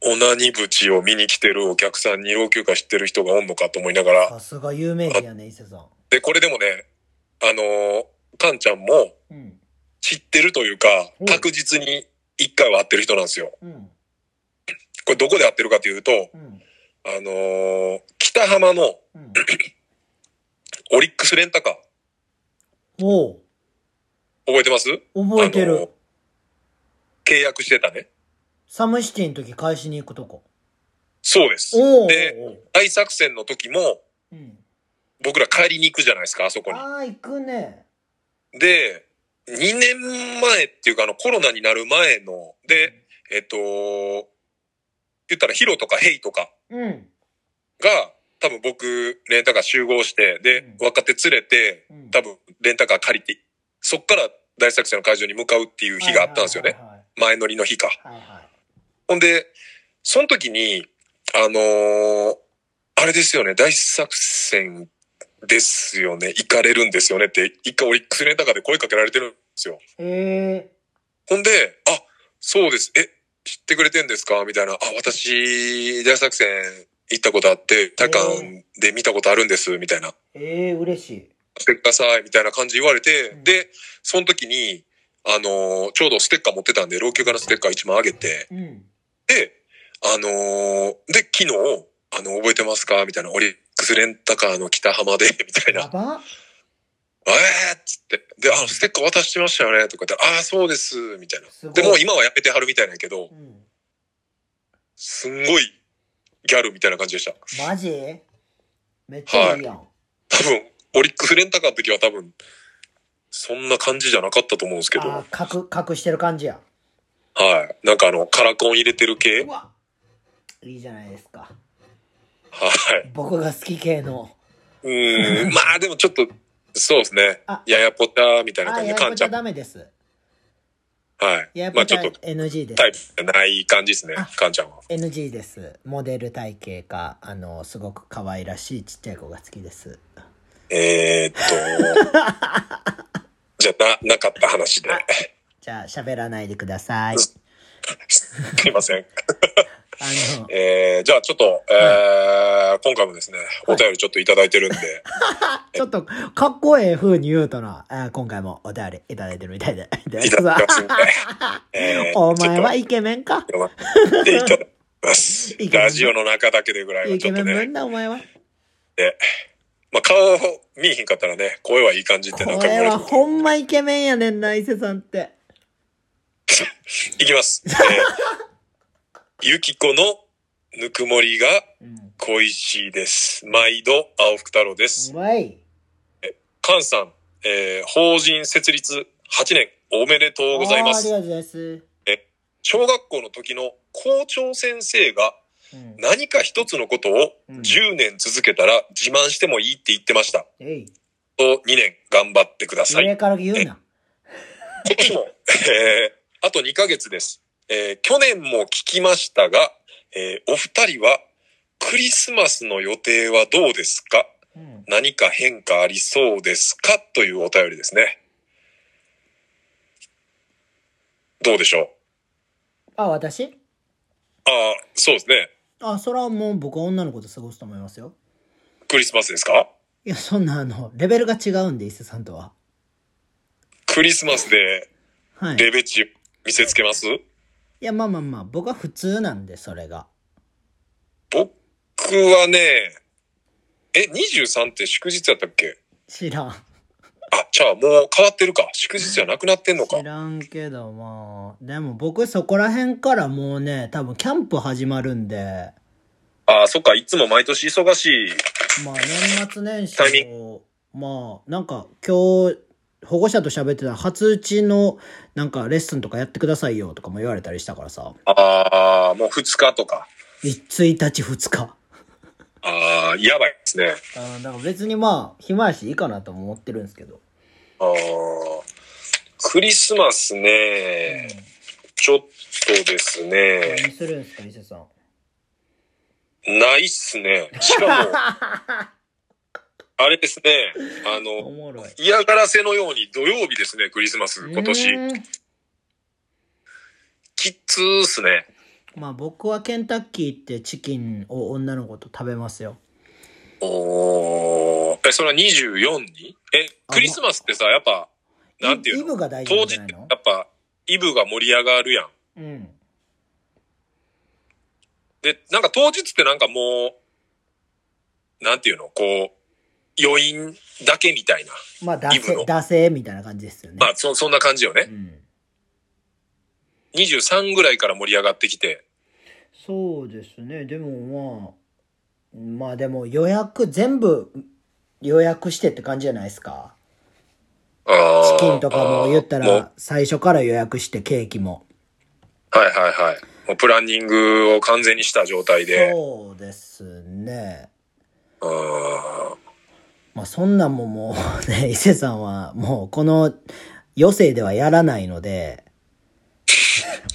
Speaker 2: オナニブチを見に来てるお客さんに老朽化知ってる人がおんのかと思いながら、
Speaker 1: さすが有名人やね、伊勢さん。
Speaker 2: で、これでもね、あのーカンちゃんも
Speaker 1: うん。
Speaker 2: 知ってるというか
Speaker 1: うん、
Speaker 2: 確実に一回は会ってる人なんですよ。
Speaker 1: うん。
Speaker 2: これどこで会ってるかというと、
Speaker 1: うん。
Speaker 2: あのー北浜の
Speaker 1: うん。
Speaker 2: オリックスレンタカー、
Speaker 1: おう。
Speaker 2: 覚えてます
Speaker 1: 覚えて
Speaker 2: あの
Speaker 1: る。
Speaker 2: 契約してたね。
Speaker 1: サムシティの時返しに行くとこ。
Speaker 2: そうです。
Speaker 1: おうおう
Speaker 2: で、
Speaker 1: おう。
Speaker 2: 大作戦の時も、
Speaker 1: うん。
Speaker 2: 僕ら帰りに行くじゃないですか、あそこに。
Speaker 1: ああ、行くね。
Speaker 2: で、2年前っていうか、あの、コロナになる前の、で、えっと、言ったらヒロとかヘイとか
Speaker 1: うん。
Speaker 2: が、多分僕、レンタカー集合して、で、
Speaker 1: うん
Speaker 2: 若手連れて、
Speaker 1: うん、
Speaker 2: 多分レンタカー借りて、そっから大作戦の会場に向かうっていう日があったんですよね。
Speaker 1: は
Speaker 2: 前乗りの日か。
Speaker 1: いはいはいはい。
Speaker 2: ほんで、その時に、あのーあれですよね、大作戦ですよね、行かれるんですよねって、一回オリックスレンタカーで声かけられてるんですよ。
Speaker 1: え
Speaker 2: ほんで、あ、そうです、え、知ってくれてんですかみたいな、あ、私、大作戦行ったことあって、体感で見たことあるんです、みたいな。
Speaker 1: ー、ええー、嬉しい。
Speaker 2: ステッカーさい、みたいな感じ言われて、
Speaker 1: うん
Speaker 2: で、その時に、あのーちょうどステッカー持ってたんで、老朽化のステッカー1枚あげて、
Speaker 1: うん。
Speaker 2: で、あのーで、昨日、あの、覚えてますかみたいな、オリックスレンタカーの北浜で、 みたい
Speaker 1: や
Speaker 2: な、
Speaker 1: ば
Speaker 2: えーっつって、で、あの、ステッカー渡してましたよね、とか言って、ああ、そうです、みたい
Speaker 1: すご
Speaker 2: な。
Speaker 1: い
Speaker 2: で、もう今はやめてはるみたいなんやけど
Speaker 1: う、ん。
Speaker 2: すんごいギャルみたいな感じでした。
Speaker 1: マジめっちゃいいやん。
Speaker 2: 多分、オリックスレンタカーの時は多分、そんな感じじゃなかったと思うんですけど、
Speaker 1: あ
Speaker 2: は
Speaker 1: あ、隠、隠してる感じや。
Speaker 2: い。なんかあの、カラコン入れてる系
Speaker 1: うわいいじゃないですか。
Speaker 2: はい。
Speaker 1: 僕が好き系の。
Speaker 2: うーん、まあでもちょっと、そうですね
Speaker 1: あ。
Speaker 2: ややぽたみたいな
Speaker 1: あ、
Speaker 2: 感じ
Speaker 1: や
Speaker 2: で、
Speaker 1: や
Speaker 2: か
Speaker 1: こ
Speaker 2: ん
Speaker 1: ち
Speaker 2: ちゃ
Speaker 1: ゃ
Speaker 2: ん。
Speaker 1: ダメです。
Speaker 2: は
Speaker 1: やや
Speaker 2: い。ま
Speaker 1: こ
Speaker 2: あ
Speaker 1: ち
Speaker 2: ちょ
Speaker 1: ゃ
Speaker 2: っと、
Speaker 1: NG です
Speaker 2: タ。イプじゃない感じですね
Speaker 1: あ、
Speaker 2: カンちゃんは。
Speaker 1: NG です。モデル体型か、あの、すごく可愛らしいちっちゃい子が好きです。
Speaker 2: えー、っ と、じゃあな、なかった話で。
Speaker 1: じゃあ、喋らないでください。
Speaker 2: すいません。
Speaker 1: あの、
Speaker 2: えー、じゃあちょっと、えー今回もですね、お便りちょっといただいてるんで、
Speaker 1: ちょっと、かっこええ風に言うとな、あ今回もお便りいただいてるみたいで。
Speaker 2: いただきます んで、えー
Speaker 1: お前はイケメンか
Speaker 2: ちょっと読ませていただき ます
Speaker 1: イケメ。ン
Speaker 2: ラジオの中だけでぐらいは
Speaker 1: イ
Speaker 2: ち
Speaker 1: ケ
Speaker 2: ょっ
Speaker 1: メン
Speaker 2: と
Speaker 1: ぶん
Speaker 2: ね、
Speaker 1: だお前は。
Speaker 2: まあ、顔見えへんかったらね、声はいい感じって
Speaker 1: こ
Speaker 2: なんか言わ
Speaker 1: れ
Speaker 2: れ
Speaker 1: は
Speaker 2: て
Speaker 1: ほんまイケメンやねんな、伊勢さんって。
Speaker 2: いきます。え ーゆきこのぬくもりが
Speaker 1: うん。
Speaker 2: 恋しいです。毎度、青福太郎です。
Speaker 1: うまい。
Speaker 2: 菅さん、えー法人設立8年おめでとうございま
Speaker 1: あーありが
Speaker 2: す。
Speaker 1: とうございます。
Speaker 2: 小学校の時の校長先生が
Speaker 1: うん。
Speaker 2: 何か一つのことを
Speaker 1: うん
Speaker 2: 10年続けたら自慢してもいいって言ってました。
Speaker 1: えい。
Speaker 2: と2年頑張ってください。
Speaker 1: 上から言うな。
Speaker 2: 今年も、 えー、あと2ヶ月です。えー、去年も聞きましたが、えー、お二人はクリスマスの予定はどうですか
Speaker 1: うん。
Speaker 2: 何か変化ありそうですかというお便りですね。どうでしょう
Speaker 1: あ、私
Speaker 2: ああ、そうですね。
Speaker 1: あ、それはもう僕は女の子と過ごすと思いますよ。
Speaker 2: クリスマスですか
Speaker 1: いや、そんなあの、レベルが違うんで、伊勢さんとは。
Speaker 2: クリスマスで
Speaker 1: はい。
Speaker 2: レベチ見せつけます
Speaker 1: いや、まあまあまあ、僕は普通なんで、それが。
Speaker 2: 僕はね、え、23って祝日やったっけ
Speaker 1: 知らん。
Speaker 2: あ、じゃあもう変わってるか。祝日じゃなくなってんのか
Speaker 1: 知。らんけど、まあ。でも僕そこら辺からもうね、多分キャンプ始まるんで、
Speaker 2: ああ、そっか。いつも毎年忙しい。
Speaker 1: まあ年末年始
Speaker 2: タイ
Speaker 1: を、まあなんか今日、保護者と喋ってたら初打ちのなんかレッスンとかやってくださいよとかも言われたりしたからさ。
Speaker 2: ああ、もう2日とか。
Speaker 1: 1日2日。
Speaker 2: ああ、やばいですね。
Speaker 1: あだから別にまあ、暇やしいいかなとも思ってるんですけど。
Speaker 2: ああ、クリスマスね、ちょっとです
Speaker 1: 何
Speaker 2: ね、
Speaker 1: するんですか、伊勢さん。
Speaker 2: ないっすね。しかも、あれですね、あ
Speaker 1: お
Speaker 2: の、
Speaker 1: もろい。
Speaker 2: 嫌がらせのように土曜日ですね、クリスマス、今
Speaker 1: う
Speaker 2: 年。
Speaker 1: ーん
Speaker 2: きっつーっすね。
Speaker 1: まあ僕はケンタッキー行ってチキンを女の子と食べますよ。
Speaker 2: おーえ、それは24にえ、
Speaker 1: あ
Speaker 2: クリスマスってさ、やっぱ、なんていう
Speaker 1: イブ
Speaker 2: の
Speaker 1: が大事な
Speaker 2: 当
Speaker 1: んじ
Speaker 2: 時
Speaker 1: ゃな
Speaker 2: っ
Speaker 1: い
Speaker 2: て
Speaker 1: の
Speaker 2: やっぱ、イブが盛り上がるやん。
Speaker 1: うん。
Speaker 2: で、なんか当日ってなんかもう、なんていうのこう、余韻だけみたいな。
Speaker 1: まあ、惰
Speaker 2: イブ
Speaker 1: 性、
Speaker 2: の
Speaker 1: 惰性みたいな感じですよね。
Speaker 2: まあ、そ、そんな感じよ
Speaker 1: う
Speaker 2: ね。
Speaker 1: ん。
Speaker 2: 23ぐらいから盛り上がってきて。
Speaker 1: そうですね。でもまあ、まあでも予約、全部予約してって感じじゃないですか。
Speaker 2: チ
Speaker 1: チキンとかも言った
Speaker 2: も
Speaker 1: ら、最初から予約してケーキも。
Speaker 2: うはいはいはい。もうプランニングを完全にした状態で。
Speaker 1: そうですね。
Speaker 2: あー
Speaker 1: まあそんなんももう ね、伊勢さんはもうこの余生ではやらないので、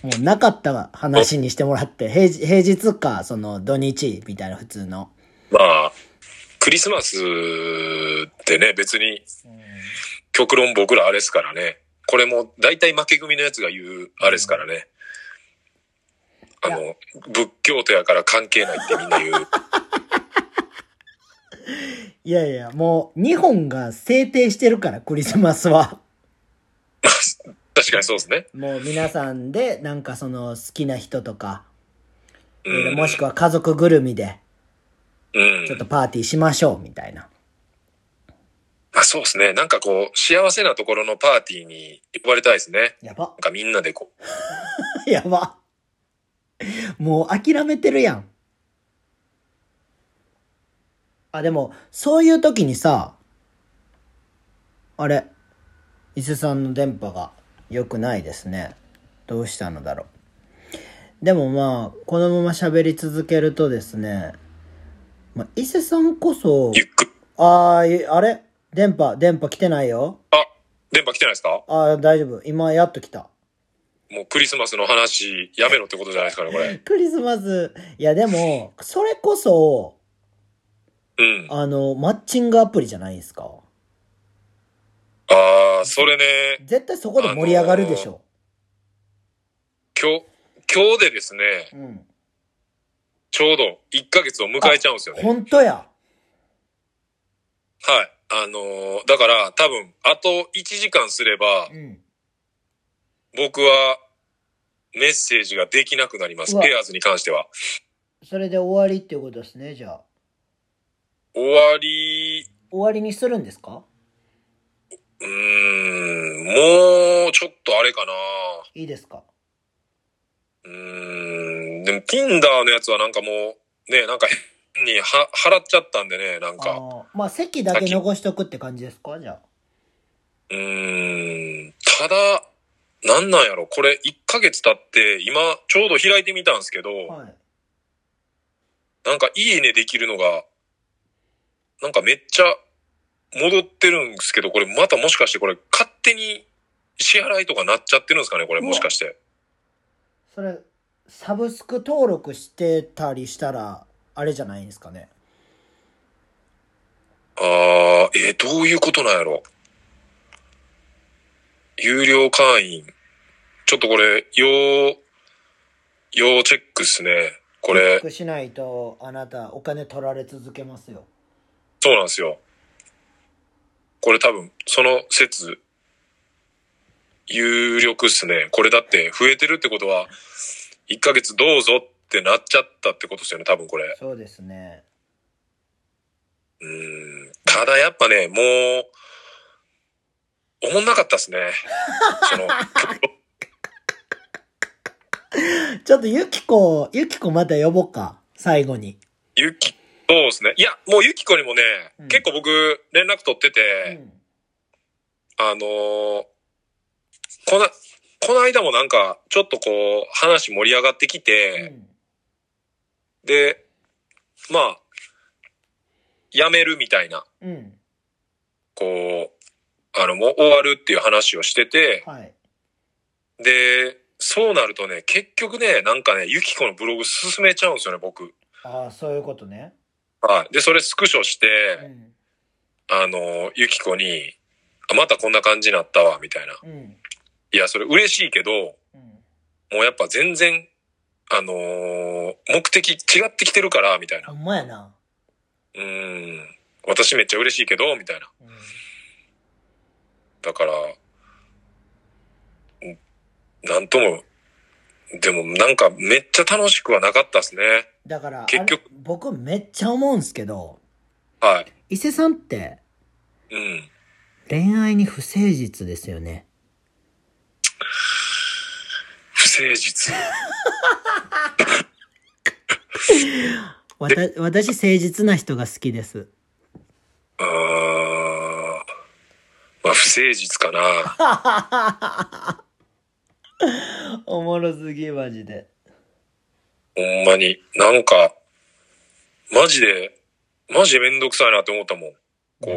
Speaker 1: もうなかった話にしてもらって、平日平日か、その土日みたいな普通の。
Speaker 2: まあ、クリスマスってね、別に、極論僕らあれですからね。これも大体負け組のやつが言うあれですからね。あの、仏教徒やから関係ないってみ んな言う。
Speaker 1: いやいや、もう、日本が制定してるから、クリスマスは。
Speaker 2: 確かにそうですね。
Speaker 1: もう皆さんで、なんかその、好きな人とか、
Speaker 2: うん。
Speaker 1: もしくは家族ぐるみで、
Speaker 2: うん
Speaker 1: ちょっとパーティーしましょう、みたいな。
Speaker 2: まあ、そうですね。なんかこう、幸せなところのパーティーに呼ばれたいですね。
Speaker 1: やば
Speaker 2: なん。かみんなでこう。
Speaker 1: やば。もう諦めてるやん。あ、でも、そういう時にさ、あれ、伊勢さんの電波が良くないですね。どうしたのだろう。でもまあ、このまま喋り続けるとですね、まあ、伊勢さんこそ、
Speaker 2: ゆっくり。
Speaker 1: あー、あれ電波、電波来てないよ。
Speaker 2: あ、電波来てないですか
Speaker 1: あー、大丈夫。今、やっと来た。
Speaker 2: もうクリスマスの話やめろってことじゃないですかね、これ。
Speaker 1: クリスマス。いや、でも、それこそ、
Speaker 2: うん。
Speaker 1: あの、マッチングアプリじゃないですか。
Speaker 2: ああ、それね、
Speaker 1: 絶対そこで盛り上がるでしょ。
Speaker 2: 今日、今日でですね、
Speaker 1: うん。
Speaker 2: ちょうど1ヶ月を迎えちゃうんですよね。
Speaker 1: 本当や。
Speaker 2: はい。あのーだから多分、あと1時間すれば、
Speaker 1: うん。
Speaker 2: 僕はメッセージができなくなります。
Speaker 1: うわ
Speaker 2: ペアーズに関しては。
Speaker 1: それで終わりっていうことですね、じゃあ。
Speaker 2: 終わり、
Speaker 1: 終わりにするんですか
Speaker 2: うーん、もうちょっとあれかな。
Speaker 1: いいですか
Speaker 2: うーん、でも Tinder のやつはなんかもう、ね、なんか変には払っちゃったんでね、なん
Speaker 1: あ
Speaker 2: か。
Speaker 1: ーまあ、席だけ残しとくって感じですかじゃあ。
Speaker 2: うーん、ただ、なんなんやろこれ1ヶ月経って、今ちょうど開いてみたんですけど、
Speaker 1: はい。
Speaker 2: なんかいいねできるのが、なんかめっちゃ戻ってるんですけど、これまたもしかしてこれ勝手に支払いとかなっちゃってるんですかねこれもしかして。
Speaker 1: それ、サブスク登録してたりしたら、あれじゃないんですかね。
Speaker 2: あー、えーどういうことなんやろ有料会員。ちょっとこれ、要、要チェックっすね。これ、
Speaker 1: しないと、あなた、お金取られ続けますよ。
Speaker 2: そうなんですよ。これ多分、その説、有力っすね。これだって増えてるってことは、1ヶ月どうぞってなっちゃったってことですよね、多分これ。
Speaker 1: そうですね。
Speaker 2: うーん。ただやっぱね、もう、おもんなかったっ すね。その、
Speaker 1: ちょっと、ゆきこ、ゆきこまた呼ぼっか。最後に。
Speaker 2: ゆき、そうですね。いや、もうゆきこにもね、
Speaker 1: うん
Speaker 2: 結構僕、連絡取って
Speaker 1: う
Speaker 2: て、
Speaker 1: ん。
Speaker 2: あのーこな、この間もなんか、ちょっとこう、話盛り上がってき
Speaker 1: う
Speaker 2: て、
Speaker 1: ん
Speaker 2: で、まあ、辞めるみたいな、
Speaker 1: うん。
Speaker 2: こう、あの、もう終わるっていう話をしてて、
Speaker 1: はい。
Speaker 2: で、そうなるとね、結局ね、なんかね、ゆきこのブログ進めちゃうんですよね、僕。
Speaker 1: ああ、そういうことね。
Speaker 2: はい。で、それスクショして、
Speaker 1: うん。
Speaker 2: あの、ゆきこに、あまたこんな感じになったわ、みたいな。
Speaker 1: うん。
Speaker 2: いや、それ嬉しいけど、
Speaker 1: うん。
Speaker 2: もうやっぱ全然、あのー目的違ってきてるから、みたいな。
Speaker 1: ほんまやな。
Speaker 2: うーん。私めっちゃ嬉しいけど、みたいな。
Speaker 1: うん。
Speaker 2: だから、んなんとも、でもなんかめっちゃ楽しくはなかったですね。
Speaker 1: だから、
Speaker 2: 結局
Speaker 1: あれ僕めっちゃ思うんすけど、
Speaker 2: はい。
Speaker 1: 伊勢さんって
Speaker 2: うん。
Speaker 1: 恋愛に不誠実ですよね。
Speaker 2: 不誠実。
Speaker 1: わた私誠実な人が好きです。
Speaker 2: あー。まあ不誠実かな。
Speaker 1: おもろすぎ、マジで。
Speaker 2: ほんまに。なんか、マジで、マジでめんどくさいなって思ったもん。こ、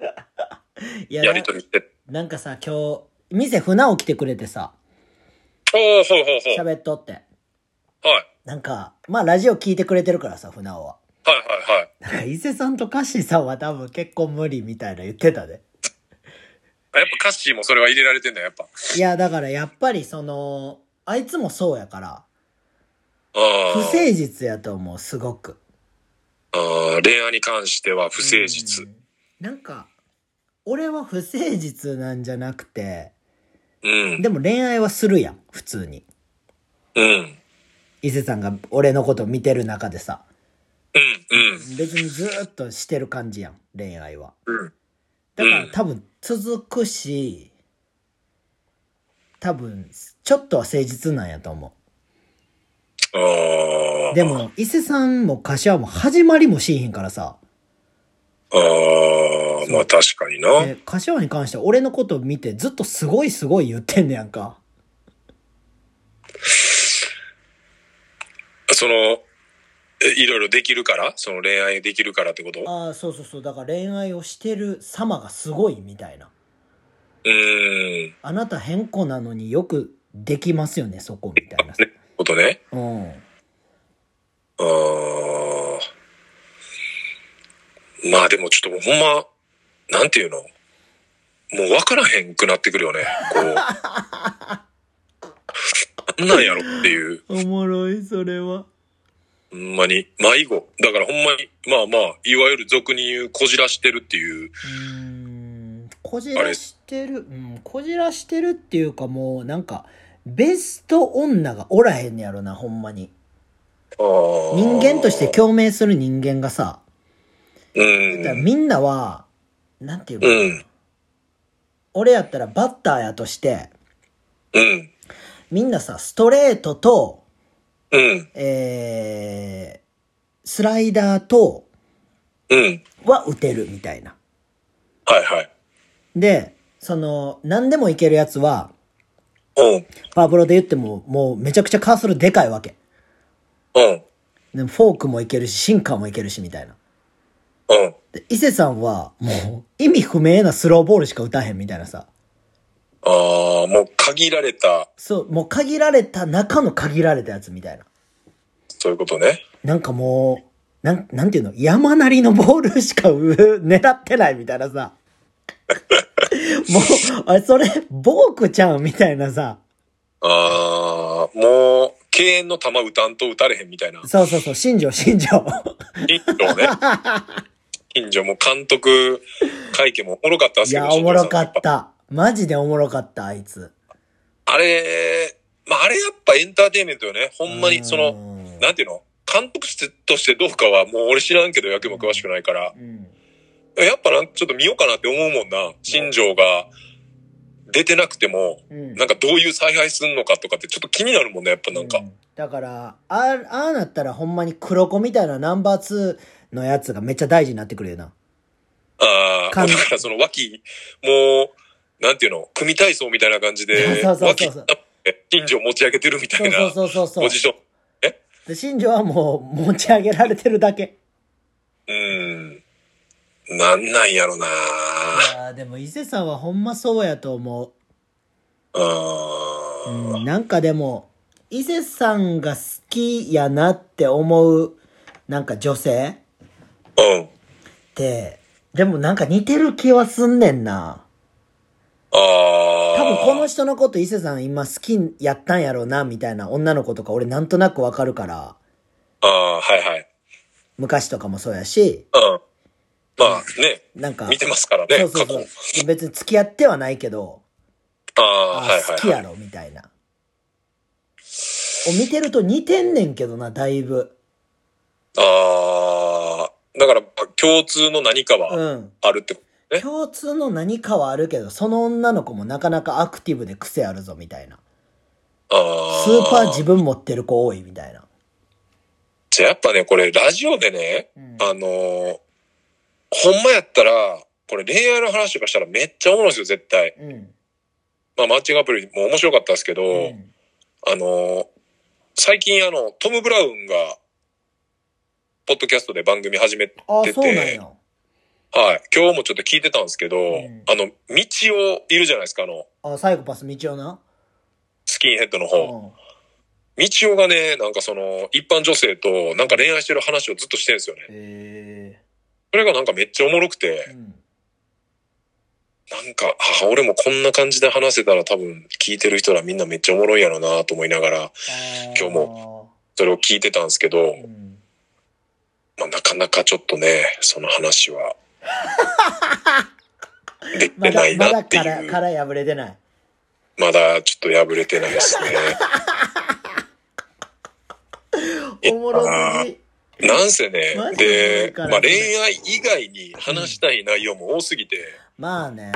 Speaker 1: いうや、
Speaker 2: やりとりして。
Speaker 1: ななんかさ、今日、店船を来てくれてさ、
Speaker 2: おー、ほうほうほう。
Speaker 1: 喋っとって。
Speaker 2: はい。
Speaker 1: なんか、まあラジオ聞いてくれてるからさ、船尾は。
Speaker 2: はいはいはい。
Speaker 1: なんか伊勢さんとカッシーさんは多分結婚無理みたいな言ってたで。
Speaker 2: あやっぱカッシーもそれは入れられてんだよ、やっぱ。
Speaker 1: いや、だからやっぱりその、あいつもそうやから、
Speaker 2: あ
Speaker 1: 不
Speaker 2: ー
Speaker 1: 誠実やと思う、すごく。
Speaker 2: あー恋愛に関しては不誠実。
Speaker 1: うんなんか、俺は不誠実なんじゃなくて、
Speaker 2: うん。
Speaker 1: でも恋愛はするやん、普通に。
Speaker 2: うん。
Speaker 1: 伊勢さんが俺のこと見てる中でさ。
Speaker 2: うん。
Speaker 1: 別にずーっとしてる感じやん、恋愛は。
Speaker 2: うん。
Speaker 1: だか
Speaker 2: う
Speaker 1: ら
Speaker 2: ん
Speaker 1: 多分続くし、多分、ちょっとは誠実なんやと思
Speaker 2: ああ
Speaker 1: う。。で。も、伊勢さんも柏も始まりもしーひんからさ、
Speaker 2: ああ、まあ確かにな。
Speaker 1: で柏に関しては俺のこと見てずっとすごいすごい言ってんねやんか。
Speaker 2: その、えいろいろできるからその恋愛できるからってこと
Speaker 1: ああ、そうそうそう。だから恋愛をしてる様がすごいみたいな。
Speaker 2: うーん。
Speaker 1: あなた変更なのによくできますよね、そこみたいな。
Speaker 2: ね、ことね。
Speaker 1: うん。
Speaker 2: ああ。まあでもちょっとほんま、なんていうのもう分からへんくなってくるよね。こう。 なんなんやろっていう。
Speaker 1: おもろい、それは。
Speaker 2: ほんまに、迷子。だからほんまに、まあまあ、いわゆる俗に言うこじらしてるってい
Speaker 1: う
Speaker 2: う。
Speaker 1: ーん、こじらしてる、うん、こじらしてるっていうかもうなんか、ベスト女がおらへんねやろな、ほんまに。人
Speaker 2: 人
Speaker 1: 間として共鳴する人間がさ、
Speaker 2: うん。
Speaker 1: だからみんなは、なんていうの、
Speaker 2: うん。
Speaker 1: 俺やったらバッターやとして、
Speaker 2: うん。
Speaker 1: みんなさ、ストレートと、
Speaker 2: うん。
Speaker 1: えー、スライダーと
Speaker 2: うん。
Speaker 1: は打てるみたいな。
Speaker 2: はいはい。
Speaker 1: で、その、何でもいけるやつは、
Speaker 2: うん。
Speaker 1: パワプロで言っても、もうめちゃくちゃカーソルでかいわけ。
Speaker 2: うん。
Speaker 1: でフォークもいけるし、シンカーもいけるし、みたいな。
Speaker 2: うん。
Speaker 1: で、伊勢さんは、もう、意味不明なスローボールしか打たへんみたいなさ。
Speaker 2: ああ、もう限られた、
Speaker 1: そう、もう限られた中の限られたやつみたいな。
Speaker 2: そういうことね。
Speaker 1: なんかもう、なん、なんていうの山なりのボールしかう狙ってないみたいな さ。もう、あれ、それ、ボークちゃんみたいなさ。
Speaker 2: ああ、もう、敬遠の球打たんと打たれへんみたいな。
Speaker 1: そうそうそう、新庄、新庄。
Speaker 2: 近所ね。近所も監督会見もおもろかったっ
Speaker 1: い
Speaker 2: すけど。
Speaker 1: や、おもろかっ
Speaker 2: 新庄さん。やぱ
Speaker 1: た。マジでおもろかった、あいつ。
Speaker 2: あれ、まあ、あれやっぱエンターテインメントよね。ほんまに、その、
Speaker 1: うん
Speaker 2: なんていうの監督としてどうかはもう俺知らんけど役も詳しくないから。
Speaker 1: うん。
Speaker 2: やっぱなんちょっと見ようかなって思うもんな。新庄が出てなくても、
Speaker 1: うん
Speaker 2: なんかどういう采配すんのかとかってちょっと気になるもんね、やっぱなんか。
Speaker 1: うだからあああなったらほんまに黒子みたいなナンバー2のやつがめっちゃ大事になってくるよな
Speaker 2: ああ、
Speaker 1: 監
Speaker 2: だ
Speaker 1: 督
Speaker 2: からその脇、もう、なんていうの組体操みたいな感じで、
Speaker 1: そうそうそう
Speaker 2: 脇
Speaker 1: そう
Speaker 2: になって新庄持ち上げてるみた
Speaker 1: そ
Speaker 2: いう
Speaker 1: そ
Speaker 2: な
Speaker 1: うそうそうそ
Speaker 2: ポ
Speaker 1: う
Speaker 2: ジション。
Speaker 1: で新庄はもう持ち上げられてるだけ
Speaker 2: うん。なんなんやろない
Speaker 1: やーでも伊勢さんはほんまそうやと思う、
Speaker 2: あ
Speaker 1: うん、なんかでも伊勢さんが好きやなって思うなんか女性
Speaker 2: ーうん。
Speaker 1: ってでもなんか似てる気はすんねんな
Speaker 2: ああ。
Speaker 1: 多分この人のこと伊勢さん今好きやったんやろうなみたいな女の子とか俺なんとなくわかるから
Speaker 2: ああ、はいはい。
Speaker 1: 昔とかもそうやし
Speaker 2: うん。まあね、
Speaker 1: なんか
Speaker 2: 見てますから
Speaker 1: そ
Speaker 2: ね
Speaker 1: う、そう
Speaker 2: 過
Speaker 1: そ
Speaker 2: 去
Speaker 1: う。別に付き合ってはないけど
Speaker 2: あ
Speaker 1: あ
Speaker 2: あ、はいはい、はい。
Speaker 1: 好きやろみたいなを見てると似てんねんけどなだいぶ
Speaker 2: ああ、だから、共通の何か
Speaker 1: う
Speaker 2: は
Speaker 1: ん
Speaker 2: あるってこえ
Speaker 1: 共通の何かはあるけどその女の子もなかなかアクティブで癖あるぞみたいな
Speaker 2: と。ああ。
Speaker 1: スーパー自分持ってる子多いみたいな
Speaker 2: じゃあやっぱね、これ、ラジオでね、
Speaker 1: うん
Speaker 2: あのーほんまやったら、これ恋愛の話とかしたらめっちゃおもろいですよ、絶対。
Speaker 1: うん
Speaker 2: まあ、マッチングアプリも面白かったですけど、
Speaker 1: うん
Speaker 2: あのー最近あの、トム・ブラウンが、ポッドキャストで番組始めてて、
Speaker 1: あ
Speaker 2: はい。
Speaker 1: そうなんや
Speaker 2: 今日もちょっと聞いてたんですけど、
Speaker 1: ん
Speaker 2: あの、道をいるじゃないですか、あの、
Speaker 1: あサイコパス道をな
Speaker 2: スキンヘッドの
Speaker 1: う
Speaker 2: 方。
Speaker 1: ん
Speaker 2: みちおがね、なんかその、一般女性となんか恋愛してる話をずっとしてるんですよね。
Speaker 1: へ
Speaker 2: それがなんかめっちゃおもろく
Speaker 1: え
Speaker 2: て、
Speaker 1: うん
Speaker 2: なんか、あ、俺もこんな感じで話せたら多分聞いてる人らみんなめっちゃおもろいやろなと思いながら、今日
Speaker 1: も
Speaker 2: それを聞いてたんですけど、
Speaker 1: うん
Speaker 2: まあなかなかちょっとね、その話は、 でき
Speaker 1: ま
Speaker 2: て
Speaker 1: だ
Speaker 2: ない
Speaker 1: ま
Speaker 2: な
Speaker 1: だ
Speaker 2: ってい
Speaker 1: 殻
Speaker 2: う、
Speaker 1: 殻破れてない
Speaker 2: まだちょっと破れてないです
Speaker 1: おもろすぎ
Speaker 2: ね。なんせね
Speaker 1: マ、ジでいい
Speaker 2: で、
Speaker 1: から
Speaker 2: まあ恋愛以外に話したい内容も多すぎて、
Speaker 1: まあね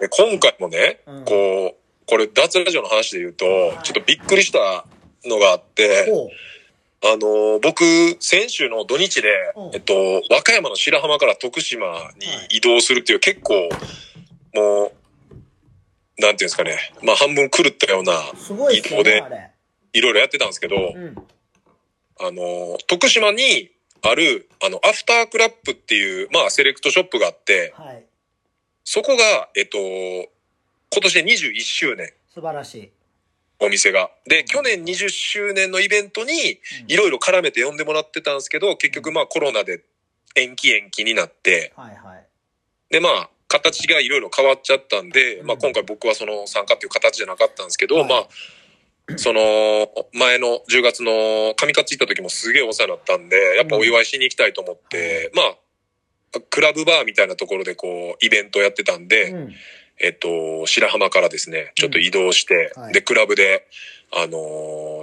Speaker 2: で今回もね、
Speaker 1: うん
Speaker 2: こう、これ脱ラジオの話で言うと、
Speaker 1: い
Speaker 2: ちょっとびっくりしたのがあって、
Speaker 1: おう
Speaker 2: あのー、僕、先週の土日で
Speaker 1: うん、
Speaker 2: えっと、和歌山の白浜から徳島に移動するっていう結構、もう、なんていうんですかね、まあ半分狂ったような、
Speaker 1: すごいっすよ
Speaker 2: 移動
Speaker 1: ね
Speaker 2: で
Speaker 1: あれ
Speaker 2: いろいろやってたんですけど
Speaker 1: う、ん
Speaker 2: あのー、徳島にある、あの、アフタークラップっていう、まあセレクトショップがあって、
Speaker 1: はい
Speaker 2: そこが、えっと、今年で21周年。
Speaker 1: 素晴らしい
Speaker 2: お店が。で、去年20周年のイベントに
Speaker 1: うん
Speaker 2: いろいろ絡めて呼んでもらってたんですけど、結局まあコロナで延期延期になって、
Speaker 1: はいはい
Speaker 2: でまあ形がいろいろ変わっちゃったんで、
Speaker 1: うん
Speaker 2: まあ今回僕はその参加っていう形じゃなかったんですけど、
Speaker 1: はい
Speaker 2: まあ、その前の10月の上勝行った時もすげえお世話になったんで、やっぱお祝いしに行きたいと思って、まあ、クラブバーみたいなところでこうイベントやってたんで、
Speaker 1: うん
Speaker 2: えっと、白浜からですね、ちょっと移動して、
Speaker 1: うんはい
Speaker 2: で、クラブで、あの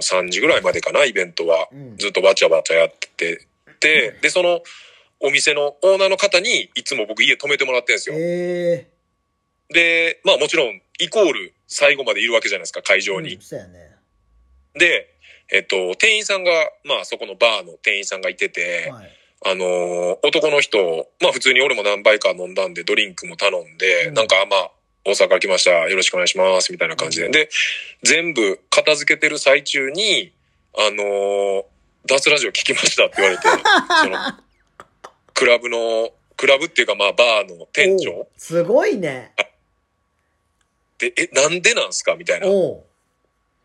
Speaker 2: ー3時ぐらいまでかな、イベントは。
Speaker 1: うん
Speaker 2: ずっとわちゃわちゃやってて、で、で、その、お店のオーナーの方に、いつも僕家泊めてもらってるんですよ。
Speaker 1: え
Speaker 2: で、まあもちろん、イコール最後までいるわけじゃないですか、会
Speaker 1: え
Speaker 2: 場に。
Speaker 1: うんそうやね
Speaker 2: で、えっと、店員さんが、まあそこのバーの店員さんがいてて、
Speaker 1: はい
Speaker 2: あのー男の人、まあ普通に俺も何杯か飲んだんで、ドリンクも頼んで、
Speaker 1: うん
Speaker 2: なんかまあ、大阪来ました。よろしくお願いします。みたいな感じで。で、全部片付けてる最中に、あのー脱ラジオ聞きましたって言 われて、その、クラブの、クラブっていうかまあバーの店
Speaker 1: おう
Speaker 2: 長
Speaker 1: すごいね。
Speaker 2: で、え、なんでなんすかみたいな。
Speaker 1: おう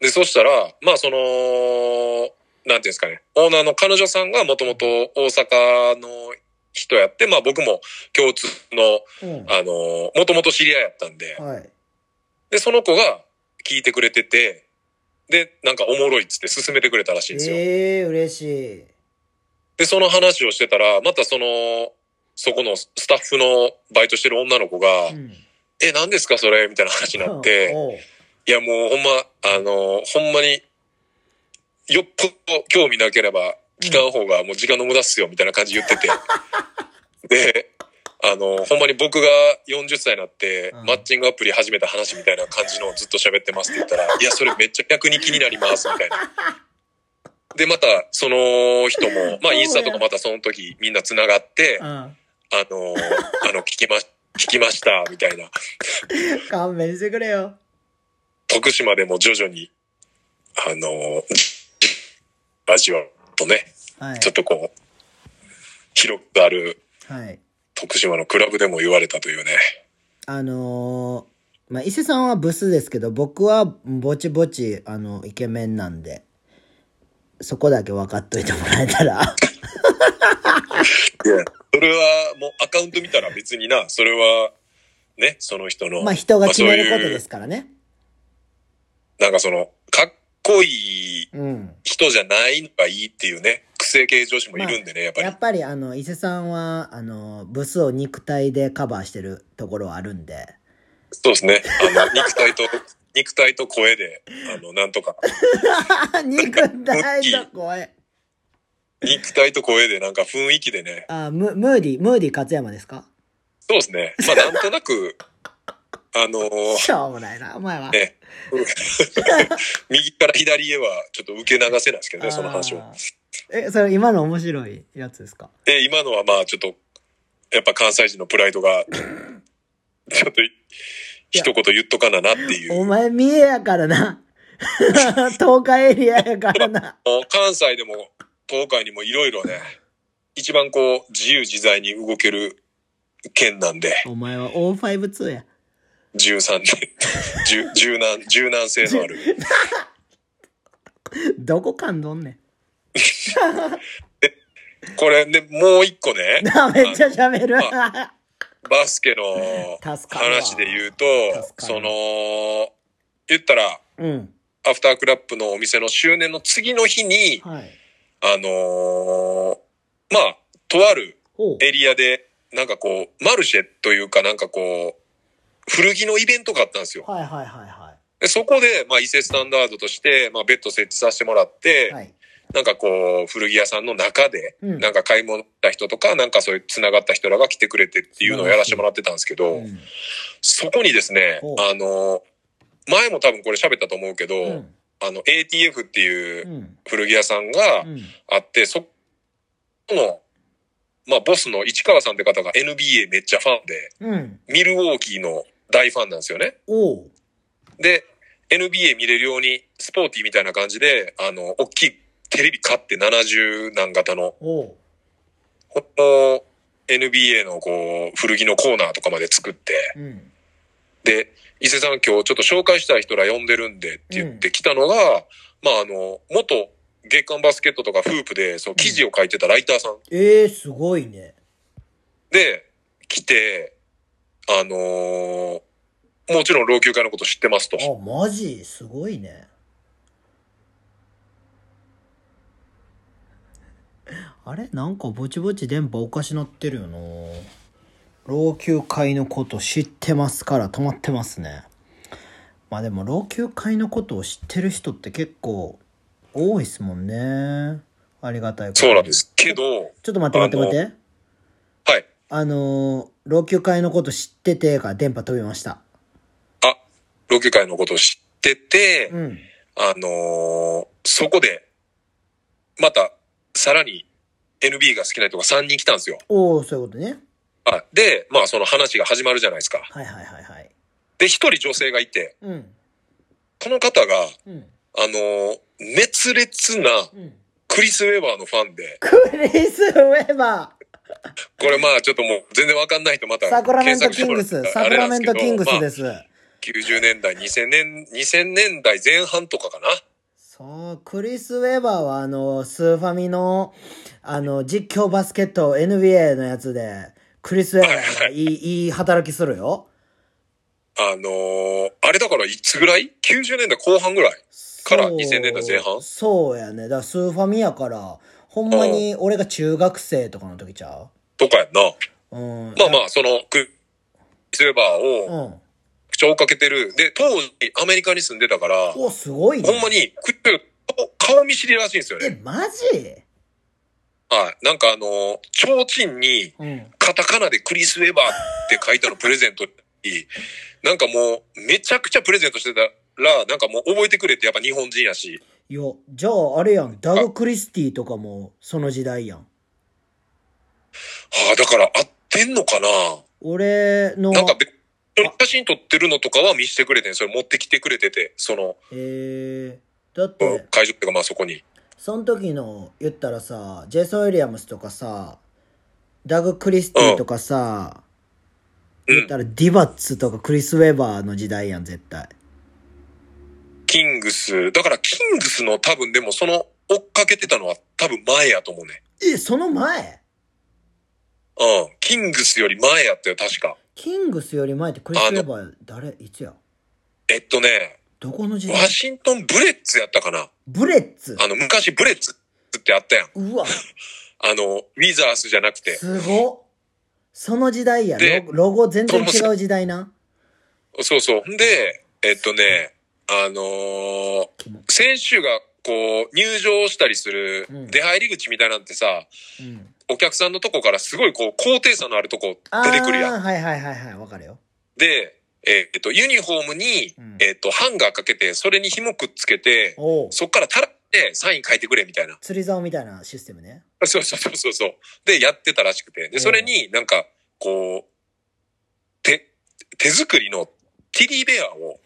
Speaker 2: で、そしたら、まあその、なんていうんですかね、オーナーの彼女さんがもともと大阪の人やって、まあ僕も共通の、
Speaker 1: うん。
Speaker 2: あのー、もともと知り合いやったんで、
Speaker 1: はい。
Speaker 2: で、その子が聞いてくれてて、で、なんかおもろいっつって勧めてくれたらしいんですよ。
Speaker 1: ええ嬉しい。
Speaker 2: で、その話をしてたら、またその、そこのスタッフのバイトしてる女の子が、
Speaker 1: うん。
Speaker 2: え、何ですかそれみたいな話になって、
Speaker 1: おう
Speaker 2: いやもうほんま、あのーほんまに、よっぽど興味なければ、聞かん方がもう時間の無駄っすよ、みたいな感じ 言ってて。で、あのーほんまに僕が40歳になって、
Speaker 1: うん
Speaker 2: マッチングアプリ始めた話みたいな感じのをずっと喋ってますって言ったら、いや、それめっちゃ逆に気になります、みたいな。で、また、その人も、まあ、インスタとかまたその時みんな繋がって、あ
Speaker 1: うん。
Speaker 2: のーあの、聞きま、聞きました、みたいな。
Speaker 1: 勘弁してくれよ。
Speaker 2: 徳島でも徐々に、あの、ラジオとね、
Speaker 1: はい
Speaker 2: ちょ。っとこう、広くある
Speaker 1: はい。
Speaker 2: 徳島のクラブでも言われたというね。
Speaker 1: あのーまあ、伊勢さんはブスですけど、僕はぼちぼち、あの、イケメンなんで、そこだけ分かっといてもらえたら。
Speaker 2: それはもうアカウント見たら別にな、それは、ね、その人の、
Speaker 1: まあ、人が決める
Speaker 2: まあ
Speaker 1: こ
Speaker 2: そう
Speaker 1: と
Speaker 2: いう
Speaker 1: ですからね。
Speaker 2: なんかその、かっこいい
Speaker 1: うん。
Speaker 2: 人じゃないのがいいっていうね、癖系女子もいるんでね、やっぱり。
Speaker 1: やっぱり、あの、伊勢さんは、あの、ブスを肉体でカバーしてるところはあるんで、
Speaker 2: そうですね。あの、肉体と、肉体と声で、あの、なんとか、
Speaker 1: 肉体だ、怖い。
Speaker 2: 肉体と声でなんか雰囲気でね、
Speaker 1: あ、ムムーディ、ムーディ勝山ですか
Speaker 2: そうですね。まあ、なんと なく、あのー
Speaker 1: しょうもないな、お前は。
Speaker 2: ね、右から左へはちょっと受け流せないですけどね、その話を
Speaker 1: あ。ーえ、それ今の面白いやつですか
Speaker 2: で、今のはまあ、ちょっと、やっぱ関西人のプライドが、ちょっと、一言言っとかななってい
Speaker 1: お
Speaker 2: う。
Speaker 1: 前、三重やからな。 東海エリアやからな。
Speaker 2: もう関西でも、東海にもいろいろね、一番こう、自由自在に動ける県なんで、
Speaker 1: お前は O52 や。
Speaker 2: 13年、 柔柔軟、柔軟性のある。
Speaker 1: どこ感どんね
Speaker 2: これね、もう一個ね
Speaker 1: ん。、な、めっちゃ喋る。
Speaker 2: バスケの
Speaker 1: 助かるわ
Speaker 2: 話で言うと
Speaker 1: 助、かる
Speaker 2: その、言ったら、
Speaker 1: うん。
Speaker 2: アフタークラップのお店の周年の次の日に、
Speaker 1: はい。
Speaker 2: あのーまあ、とある
Speaker 1: おう。
Speaker 2: エリアで、なんかこう、マルシェというかなんかこう、古着のイベントがあったんですよ。
Speaker 1: はいはいはいは
Speaker 2: でそこで、まあ、伊勢スタンダードとして、まあ、ベッド設置させてもらって、
Speaker 1: い。はい。
Speaker 2: なんかこう、古着屋さんの中で、
Speaker 1: うん
Speaker 2: なんか買い物行った人とか、なんかそういう繋がった人らが来てくれてっていうのをやらせてもらってたんですけど、
Speaker 1: うん。
Speaker 2: そこにですね
Speaker 1: ほう、
Speaker 2: あの、前も多分これ喋ったと思うけど、
Speaker 1: うん。。
Speaker 2: あの、ATF っていううん古着屋さんが
Speaker 1: うん。
Speaker 2: あって、そこの、まあ、ボスの市川さんって方が NBA めっちゃファンで、
Speaker 1: うん。
Speaker 2: ミルウォーキーの大ファンなんですよね。
Speaker 1: おう。
Speaker 2: で、NBA 見れるように、スポーティーみたいな感じで、あの、大きいテレビ買って70何型の、
Speaker 1: おう。
Speaker 2: ほんの NBA のこう、古着のコーナーとかまで作って、
Speaker 1: うん。
Speaker 2: で、伊勢さん今日ちょっと紹介したい人ら呼んでるんでって言ってきたのが、まああの、元月刊バスケットとかフープで、そう記事を書いてたライターさん
Speaker 1: ええすごいね。
Speaker 2: で来て、あのーもちろん老朽化のこと知ってますと。
Speaker 1: あ、マジすごいね。 あれなんかぼちぼち電波おかしなってるよな老朽会のこと知ってますから止まってますね。まあでも老朽会のことを知ってる人って結構多いですもんね。ありがたいことに
Speaker 2: そうなんで。す。けど、
Speaker 1: ちょっと待って待って待って。
Speaker 2: はい。
Speaker 1: あのー老朽会のこと知っててが電波飛びました。
Speaker 2: あ、老朽化のこと知ってて、
Speaker 1: うん。
Speaker 2: あのーそこで、また、さらに NB が好きな人が3人来たんですよ。
Speaker 1: おおそういうことね。
Speaker 2: あで、まあその話が始まるじゃないですか。
Speaker 1: はいはいはいはい。
Speaker 2: で、一人女性がいて、
Speaker 1: うん
Speaker 2: この方が、
Speaker 1: うん
Speaker 2: あのー熱烈な
Speaker 1: うん
Speaker 2: クリス・ウェバーのファンで、
Speaker 1: クリス・ウェバ
Speaker 2: これまあちょっともう全然わかんない人また
Speaker 1: ーサクラメント・キング
Speaker 2: 検
Speaker 1: ス
Speaker 2: 索しても
Speaker 1: サ
Speaker 2: ら
Speaker 1: ク
Speaker 2: ったら
Speaker 1: ラ
Speaker 2: あれな
Speaker 1: メ
Speaker 2: ん
Speaker 1: ント・キン
Speaker 2: ですけど
Speaker 1: グス
Speaker 2: ま
Speaker 1: で
Speaker 2: あ、
Speaker 1: す、
Speaker 2: 90年代、2000年、2000年代前半とかかな。
Speaker 1: そう、クリス・ウェバーはあの、スーファミの、あの、実況バスケット NBA のやつで、クリス・ウェバーがいい、いい働きするよ。
Speaker 2: あのーあれだからいつぐらい ?90 年代後半ぐらい。から
Speaker 1: そう
Speaker 2: 2000年代前半
Speaker 1: そうやね。だからスーファミやから、ほんまに俺が中学生とかの時ちゃ
Speaker 2: とかやんな。
Speaker 1: ううん。
Speaker 2: まあまあ、その、クリス・ウェバーを
Speaker 1: うん。
Speaker 2: 口をかけてる。で、当時アメリカに住んでたから、ほ
Speaker 1: お、すごいね。
Speaker 2: んまにクリス・ウェバー顔顔見知りらしいんですよ
Speaker 1: え
Speaker 2: ね。、
Speaker 1: マジ
Speaker 2: はい。なんかあのー、提灯に
Speaker 1: うん。
Speaker 2: カタカナでクリス・ウェバーって書いたのプレゼントに、なんかもう、めちゃくちゃプレゼントしてたら、なんかもう覚えてくれってやっぱ日本人やし。
Speaker 1: いや、じゃああれやん。ダグ・クリスティとかも、その時代やん。
Speaker 2: ああ、だから合ってんのかな
Speaker 1: 俺の、
Speaker 2: なんか別に写真撮ってるのとかは見せてくれてんそれ持ってきてくれてて、その、
Speaker 1: えー、だっ
Speaker 2: う
Speaker 1: て
Speaker 2: ん、会場っていうかまあそこに。
Speaker 1: その時の言ったらさジェイソン・ウィリアムスとかさダグ・クリスティとかさ、
Speaker 2: うん
Speaker 1: 言ったらディバッツとかクリス・ウェバーの時代やん絶対
Speaker 2: キングス、だからキングスの多分でもその追っかけてたのは多分前やと思うね。
Speaker 1: えその前
Speaker 2: うん。キングスより前やったよ、確か。
Speaker 1: キングスより前ってクリス・ウェバー誰いつや
Speaker 2: えっとね、
Speaker 1: どこの時代
Speaker 2: ワシントンブレッツやったかな。
Speaker 1: ブレッツ
Speaker 2: あの、昔ブレッツってあったやん。
Speaker 1: うわ
Speaker 2: あの、ウィザースじゃなくて。
Speaker 1: すごっその時代や
Speaker 2: で
Speaker 1: ロロゴ全然違う時代な
Speaker 2: そうそう。んで、えっとね、あのー
Speaker 1: キモ
Speaker 2: 選手がこう、入場したりする
Speaker 1: うん
Speaker 2: 出入り口みたいなんてさ、
Speaker 1: うん
Speaker 2: お客さんのとこからすごいこう、高低差のあるとこ
Speaker 1: あ
Speaker 2: 出てくるやん。
Speaker 1: ーはいはいはいはいわかるよ
Speaker 2: で、えーっと、ユニフォームに、
Speaker 1: うん
Speaker 2: えーっと、ハンガーかけて、それに紐くっつけて、
Speaker 1: おう
Speaker 2: そっからたらってサイン書いてくれみたいな。
Speaker 1: 釣り竿みたいなシステムね
Speaker 2: そうそうそうそうそう。で、やってたらしくて。
Speaker 1: うん
Speaker 2: で、それになんか、こう、手、手作りのティリーベアを、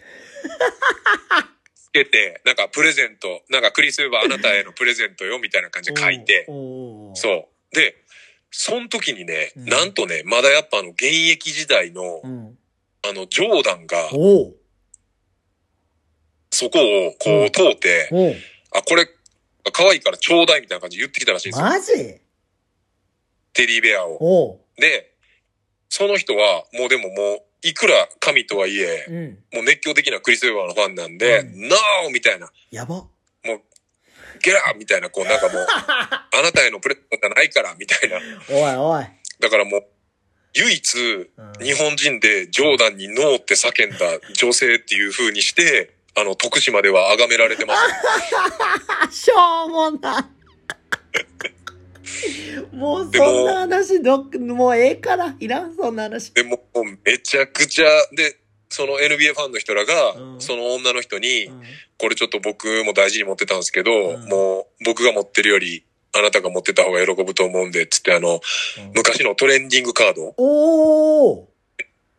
Speaker 2: つけて、 なんかプレゼント、なんかクリス・ウェバーあなたへのプレゼントよみたいな感じで書いて
Speaker 1: お、うおうおう
Speaker 2: そう。で、その時にね、
Speaker 1: うん
Speaker 2: なんとね、まだやっぱあの、現役時代の
Speaker 1: う、ん
Speaker 2: あの、ジョーダンが、
Speaker 1: おう
Speaker 2: そこを
Speaker 1: う
Speaker 2: こ
Speaker 1: ん
Speaker 2: う通って、
Speaker 1: おう
Speaker 2: あ、これ、可愛いからちょうだいみたいな感じで言ってきたらしいんですよ。
Speaker 1: マジ
Speaker 2: テディベアを。
Speaker 1: おう。
Speaker 2: で、その人は、もうでももう、いくら神とはいえ、
Speaker 1: うん。
Speaker 2: もう熱狂的なクリス・ウェバーのファンなんで、
Speaker 1: う
Speaker 2: NO! みたいな、
Speaker 1: やば。
Speaker 2: ゲラーみたいな、こうなん かもう、あなたへのプレゼントじゃないから、みたいな。
Speaker 1: おいおい。
Speaker 2: だからもう、唯一、
Speaker 1: うん
Speaker 2: 日本人でジョーダンにノーって叫んだ女性っていう風にして、あの、徳島では崇められ てます。
Speaker 1: あ、 しょうも ない。もうそんな話どっ、もうええから、いらん、そんな話。
Speaker 2: でも、もうめちゃくちゃ、で、その NBA ファンの人らが、
Speaker 1: うん
Speaker 2: その女の人に、
Speaker 1: うん
Speaker 2: これちょっと僕も大事に持ってたんですけど、
Speaker 1: うん
Speaker 2: もう僕が持ってるより、あなたが持ってた方が喜ぶと思うんで、つってあの、昔のトレンディングカード、
Speaker 1: おお。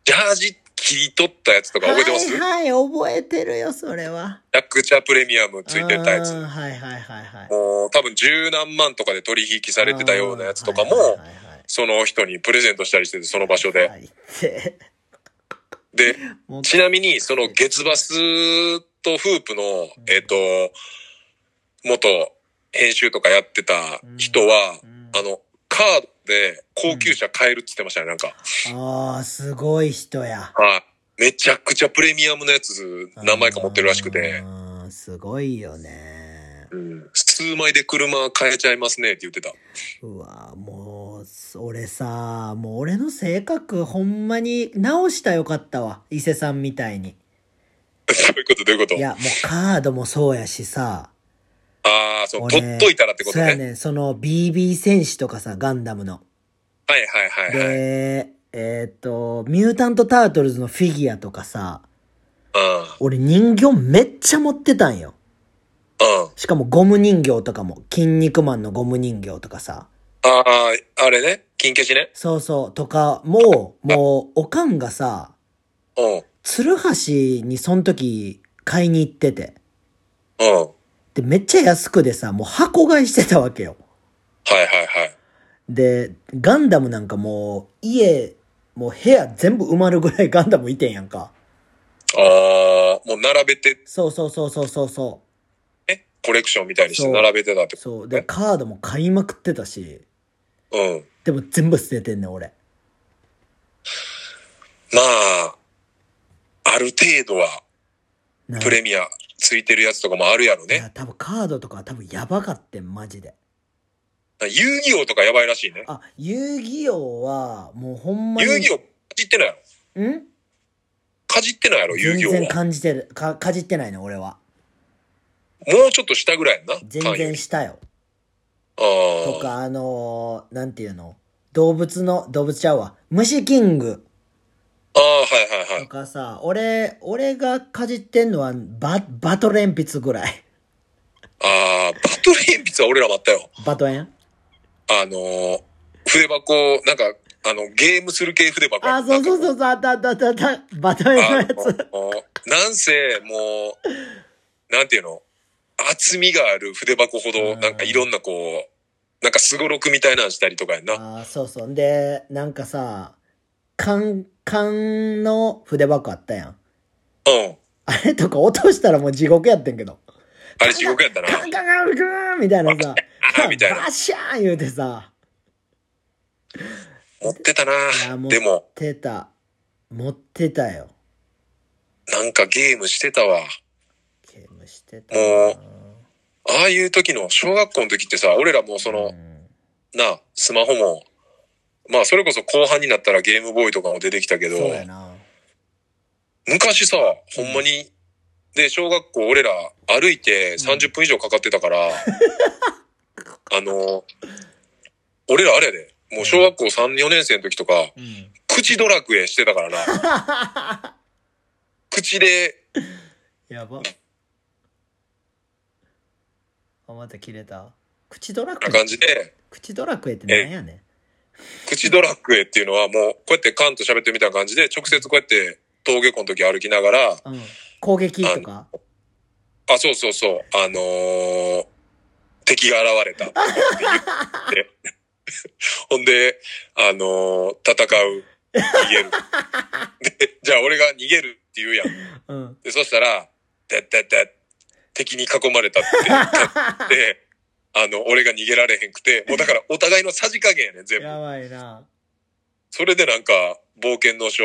Speaker 2: ジャージ切り取ったやつとか覚えてます、
Speaker 1: はいはい、覚えてるよ、それは。
Speaker 2: めちゃくちゃプレミアムついてたやつ。
Speaker 1: うん
Speaker 2: も
Speaker 1: はいはいはいはい。
Speaker 2: う多分十何万とかで取引されてたようなやつとかも、
Speaker 1: はいはいはいはい
Speaker 2: その人にプレゼントしたりしてて、その場所で。
Speaker 1: はい って
Speaker 2: で、
Speaker 1: もう
Speaker 2: ちなみに、その月バスとフープの、えっ、と、元編集とかやってた人は、
Speaker 1: うん
Speaker 2: あの、カードで高級車買えるって言ってましたね、なんか。
Speaker 1: ああ、すごい人や。
Speaker 2: はい。めちゃくちゃプレミアムのやつ何枚か持ってるらしくて、
Speaker 1: あー。すごいよね。
Speaker 2: うん数枚で車買えちゃいますねって言ってた。
Speaker 1: うわもう俺さもう俺の性格ほんまに直したよかったわ伊勢さんみたいに
Speaker 2: そういうことどういうこと
Speaker 1: いやもうカードもそうやしさ
Speaker 2: ああ、そう、
Speaker 1: 俺
Speaker 2: 取っといたらってこと
Speaker 1: そうや
Speaker 2: ね。
Speaker 1: ねんその BB 戦士とかさガンダムの
Speaker 2: はいはいはいはい。
Speaker 1: でえーっとミュータント・タートルズのフィギュアとかさ
Speaker 2: う
Speaker 1: 俺人形めっちゃ持ってたんよ
Speaker 2: ん。うん。
Speaker 1: しかもゴム人形とかも「筋肉マン」のゴム人形とかさ
Speaker 2: ああ、あれね。金消しね。
Speaker 1: そうそうとかももうおかんがさ
Speaker 2: うん。
Speaker 1: 「鶴橋にその時買いに行ってて。
Speaker 2: うん。はい
Speaker 1: で、めっちゃ安くでさ、もう箱買いしてたわけよ。
Speaker 2: はいはい。
Speaker 1: で、ガンダムなんかもう、家、もう部屋全部埋まるぐらい ガンダムいてんやんか。
Speaker 2: ああ、もう並べて、
Speaker 1: そうそうそうそうそうそ
Speaker 2: えコレクションみたいにして
Speaker 1: そう
Speaker 2: 並べてたって
Speaker 1: う。
Speaker 2: こ
Speaker 1: そう。で、カードも買いまくってたし、
Speaker 2: とうん。
Speaker 1: でも全部捨ててんねん、俺。
Speaker 2: まあ、ある程度は
Speaker 1: な
Speaker 2: プレミアついてるやつとかもあるやろ
Speaker 1: い
Speaker 2: ね。
Speaker 1: や、多分カードとか多分やばかってん、マジで。
Speaker 2: 遊戯王とかやばいらしいね。
Speaker 1: あ、遊戯王は、もうほんまに。
Speaker 2: 遊戯王かじってないやろ。
Speaker 1: 王ん
Speaker 2: かじってないやろ、
Speaker 1: 全
Speaker 2: 遊戯王
Speaker 1: 然
Speaker 2: は。
Speaker 1: 感じてる。か、かじってないね、俺は。
Speaker 2: もうちょっと下ぐらいやんな。
Speaker 1: 全
Speaker 2: 単
Speaker 1: 然
Speaker 2: 位。
Speaker 1: したよ。
Speaker 2: ああ。
Speaker 1: とか、あのー、なんていうの動物の、動物ちゃうわ。虫キング
Speaker 2: ああ、はいはいは
Speaker 1: と
Speaker 2: い。
Speaker 1: かさ、俺、俺がかじってんのは、バ、バトル鉛筆ぐらい。
Speaker 2: ああ、バトル鉛筆は俺らもあったよ。
Speaker 1: バトエン
Speaker 2: あのー、筆箱、なんか、あの、ゲームする系筆箱や
Speaker 1: あ、
Speaker 2: んな
Speaker 1: そ
Speaker 2: ん
Speaker 1: う
Speaker 2: か
Speaker 1: そうそうそう、あったあったあったあった。バトエンのやつ。
Speaker 2: あのなんせ、もう、なんていうの厚みがある筆箱ほ
Speaker 1: う
Speaker 2: ど、
Speaker 1: ん
Speaker 2: なんかいろんなこう、なんかすごろくみたいなんしたりとかやんな。
Speaker 1: あーそうそう。で、なんかさ、缶、缶の筆箱あったやん。
Speaker 2: うん。
Speaker 1: あれとか落としたらもう地獄やってんけど。
Speaker 2: あれ地獄やったな。
Speaker 1: カンカンカンカンみたいなさ
Speaker 2: あ、 みたいな
Speaker 1: バシャーン言うてさ、
Speaker 2: 持ってたな
Speaker 1: や。もう
Speaker 2: でも、
Speaker 1: てた。持ってたよ。
Speaker 2: なんかゲームしてたわ。
Speaker 1: ゲームしてたな。
Speaker 2: ああいう時の、小学校の時ってさ、俺らもうその
Speaker 1: う、ん
Speaker 2: なあ、スマホも、まあそれこそ後半になったらゲームボーイとかも出てきたけど
Speaker 1: そ、うやな。
Speaker 2: 昔さ、ほんまに、で、小学校俺ら歩いて30分以上かかって たから、あの、俺らあれやで、もう小学校3、4年生の時とか、
Speaker 1: うん。
Speaker 2: 口ドラクエしてたからな。 口で、
Speaker 1: やば。あ、また切れた。口ドラク
Speaker 2: な
Speaker 1: エ
Speaker 2: 感。じで、
Speaker 1: 口ドラクエってなんやねん。
Speaker 2: 口ドラクエっていうのはもう、こうやってカンと喋ってるみたいな感じで、直接こうやって、登下校の時歩きながら、
Speaker 1: うん。攻撃とか
Speaker 2: あ、そうそうそう、あのー敵が現れたって言って。 ほんで、あのー戦う、逃げる。で、じゃあ俺が逃げるって言うやん。
Speaker 1: うん。
Speaker 2: で、そしたら、てってって、敵に囲まれたって。で、あの、俺が逃げられへんくて、もうだからお互いのさじ加減やねん、全部。
Speaker 1: やばいな。
Speaker 2: それでなんか、冒険の書、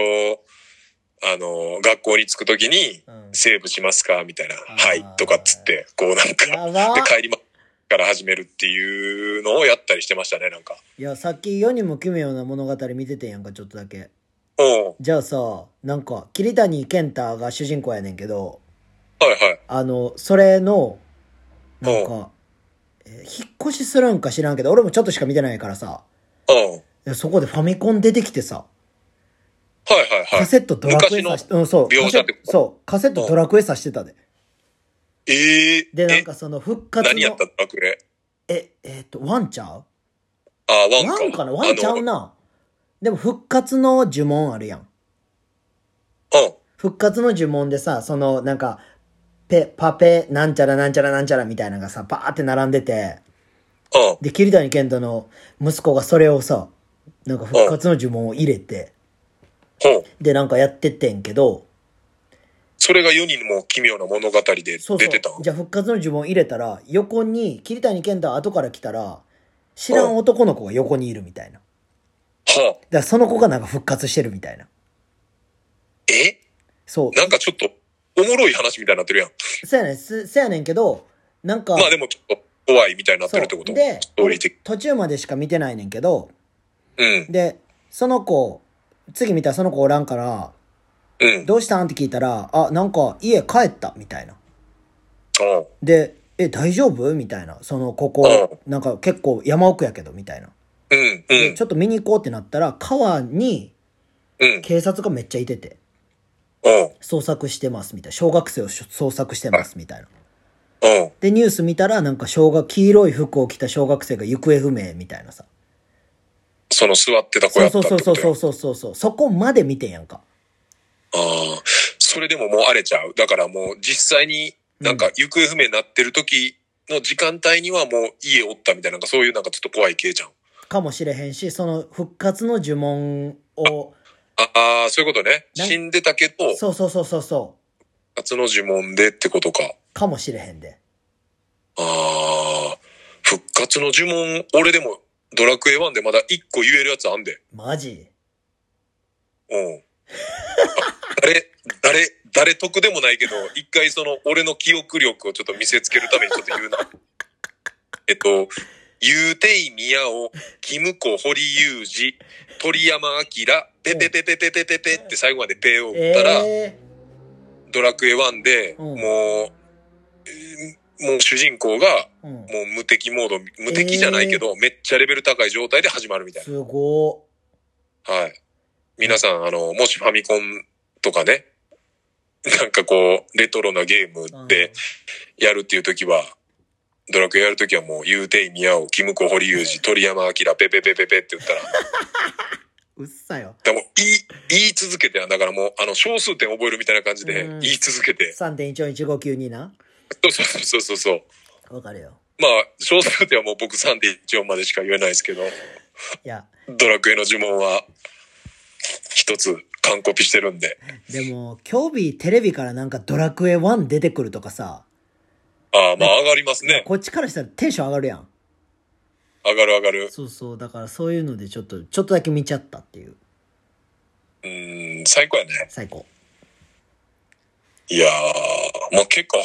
Speaker 2: あのー学校に着くときに、
Speaker 1: うん。
Speaker 2: セーブしますかみたいな。
Speaker 1: あー
Speaker 2: はい。とかっつって、こうなんか、
Speaker 1: やば
Speaker 2: で、帰りま、から始めるっていうのをやったりしてましたね、なんか。
Speaker 1: いや、さっき世にも奇妙な物語見ててんやんか、ちょっとだけ。
Speaker 2: うん。は
Speaker 1: じゃあさ、なんか、桐谷健太が主人公やねんけど、
Speaker 2: いはい。
Speaker 1: あの、それの、なんか、えー引っ越しするんか知らんけど、俺もちょっとしか見てないからさ、
Speaker 2: うん。はい
Speaker 1: いやそこでファミコン出てきてさ、
Speaker 2: はいは
Speaker 1: カ
Speaker 2: い。
Speaker 1: セットドラクエさし
Speaker 2: 昔
Speaker 1: うん、そう。
Speaker 2: 描写って
Speaker 1: カセットそう、カセットドラクエさしてたで。
Speaker 2: ええ
Speaker 1: で、なん
Speaker 2: え、
Speaker 1: かその復活の、
Speaker 2: 何やったドラクエ
Speaker 1: え、えっ、と、ワンちゃう
Speaker 2: あー、ワンか。
Speaker 1: ワンかなワンちゃうな。でも復活の呪文あるやん。
Speaker 2: あの。
Speaker 1: 復活の呪文でさ、その、なんか、ペ、パペ、なんちゃらなんちゃらなんちゃらみたいなのがさ、バーって並んでて、
Speaker 2: うん。うん。
Speaker 1: で、桐谷健太の息子がそれをさ、なんか復活の呪文を入れて、
Speaker 2: ほう。
Speaker 1: で、なんかやってってんけど、
Speaker 2: それが世にも奇妙な物語で出てた
Speaker 1: そうそう。
Speaker 2: ん
Speaker 1: じゃあ復活の呪文入れたら、横に、桐谷健太後から来たら、知らん男の子が横にいるみたいな。だか
Speaker 2: はあ。
Speaker 1: らその子がなんか復活してるみたいな。
Speaker 2: え
Speaker 1: そう。
Speaker 2: なんかちょっと、おもろい話みたいになってるやん。
Speaker 1: そうやねん、すそうやねんけど、なんか、
Speaker 2: まあでもちょっと、怖いみたいになってるって
Speaker 1: そ
Speaker 2: こ
Speaker 1: う
Speaker 2: と
Speaker 1: で
Speaker 2: ストーリー的。
Speaker 1: 途中までしか見てないねんけど、
Speaker 2: うん。
Speaker 1: で、その子、次見たらその子おらんから、
Speaker 2: うん。
Speaker 1: どうしたんって聞いたら、あ、なんか家帰った、みたいな。
Speaker 2: うん。
Speaker 1: で、え、大丈夫みたいな。その、ここ、なんか結構山奥やけど、みたいな。
Speaker 2: うん。う
Speaker 1: で
Speaker 2: ん
Speaker 1: ち。ょっと見に行こうってなったら、川に
Speaker 2: うん。
Speaker 1: 警察がめっちゃいてて、
Speaker 2: うん。
Speaker 1: 捜索してます、みたいな。小学生を捜索してます、みたいな。
Speaker 2: うん。
Speaker 1: で、ニュース見たら、なんか小学、黄色い服を着た小学生が行方不明、みたいなさ。
Speaker 2: その座ってた子
Speaker 1: そ
Speaker 2: や
Speaker 1: う
Speaker 2: った
Speaker 1: そ
Speaker 2: っ
Speaker 1: う
Speaker 2: て
Speaker 1: そ
Speaker 2: こ
Speaker 1: う
Speaker 2: と
Speaker 1: そう
Speaker 2: や
Speaker 1: そうそうそう。そこまで見てんやんか。
Speaker 2: ああ。それでももう荒れちゃう。だからもう実際になんか行方不明になってる時の時間帯にはもう家おったみたいな、なんかそういうなんかちょっと怖い系じゃん。
Speaker 1: かもしれへんし、その復活の呪文を、
Speaker 2: ああ、そういうことね。
Speaker 1: ね
Speaker 2: 死んでたけど、
Speaker 1: そうそうそうそうそう、
Speaker 2: 夏の呪文でってことか。
Speaker 1: かもしれへんで。
Speaker 2: ああ、復活の呪文、俺でもドラクエ1でまだ1個言えるやつあんで。
Speaker 1: マジ
Speaker 2: うん。あ誰、誰、誰得でもないけど、一回その俺の記憶力をちょっと見せつけるためにちょっと言 うな。えっと、ゆうていみやお、きむこ堀ゆうじ、鳥山明、ペペペペペペペペって最後までペを打ったら、
Speaker 1: え
Speaker 2: ドラクエ1で、
Speaker 1: うん
Speaker 2: もう、えーもう主人公が、
Speaker 1: ー、うん。
Speaker 2: もう無敵モード、無敵じゃないけど、めっちゃレベル高い状態で始まるみたい
Speaker 1: すご
Speaker 2: な。はい。皆さん、あの、もしファミコンとかね、なんかこう、レトロなゲー
Speaker 1: ー。
Speaker 2: ムでやるっていう時は、ドラクエやるときはもう、ゆうていみやお、きむこ堀ゆうじ、鳥山明、ペペペペペって言ったら、
Speaker 1: うん、うっさよ。
Speaker 2: でも言い、言い続けて、だからもう、あの、小数点覚えるみたいな感じで
Speaker 1: うん、
Speaker 2: 言い続けて、
Speaker 1: 3.141592な。
Speaker 2: そうそうそうそうそう。
Speaker 1: わかるよ。
Speaker 2: まあ、小数点はもう僕3.14までしか言えないですけど、
Speaker 1: いや、
Speaker 2: ドラクエの呪文は、一つ、完コピしてるんで。
Speaker 1: でも、今日テレビからなんかドラクエ1出てくるとかさ、
Speaker 2: ああ、まあ上がりますね。
Speaker 1: こっちからしたらテンション上がるやん。
Speaker 2: 上がる上がる。
Speaker 1: そうそう、だからそういうのでちょっと、ちょっとだけ見ちゃったっていう。
Speaker 2: うーん、最高やね。
Speaker 1: 最高。
Speaker 2: いやー、まあ結構、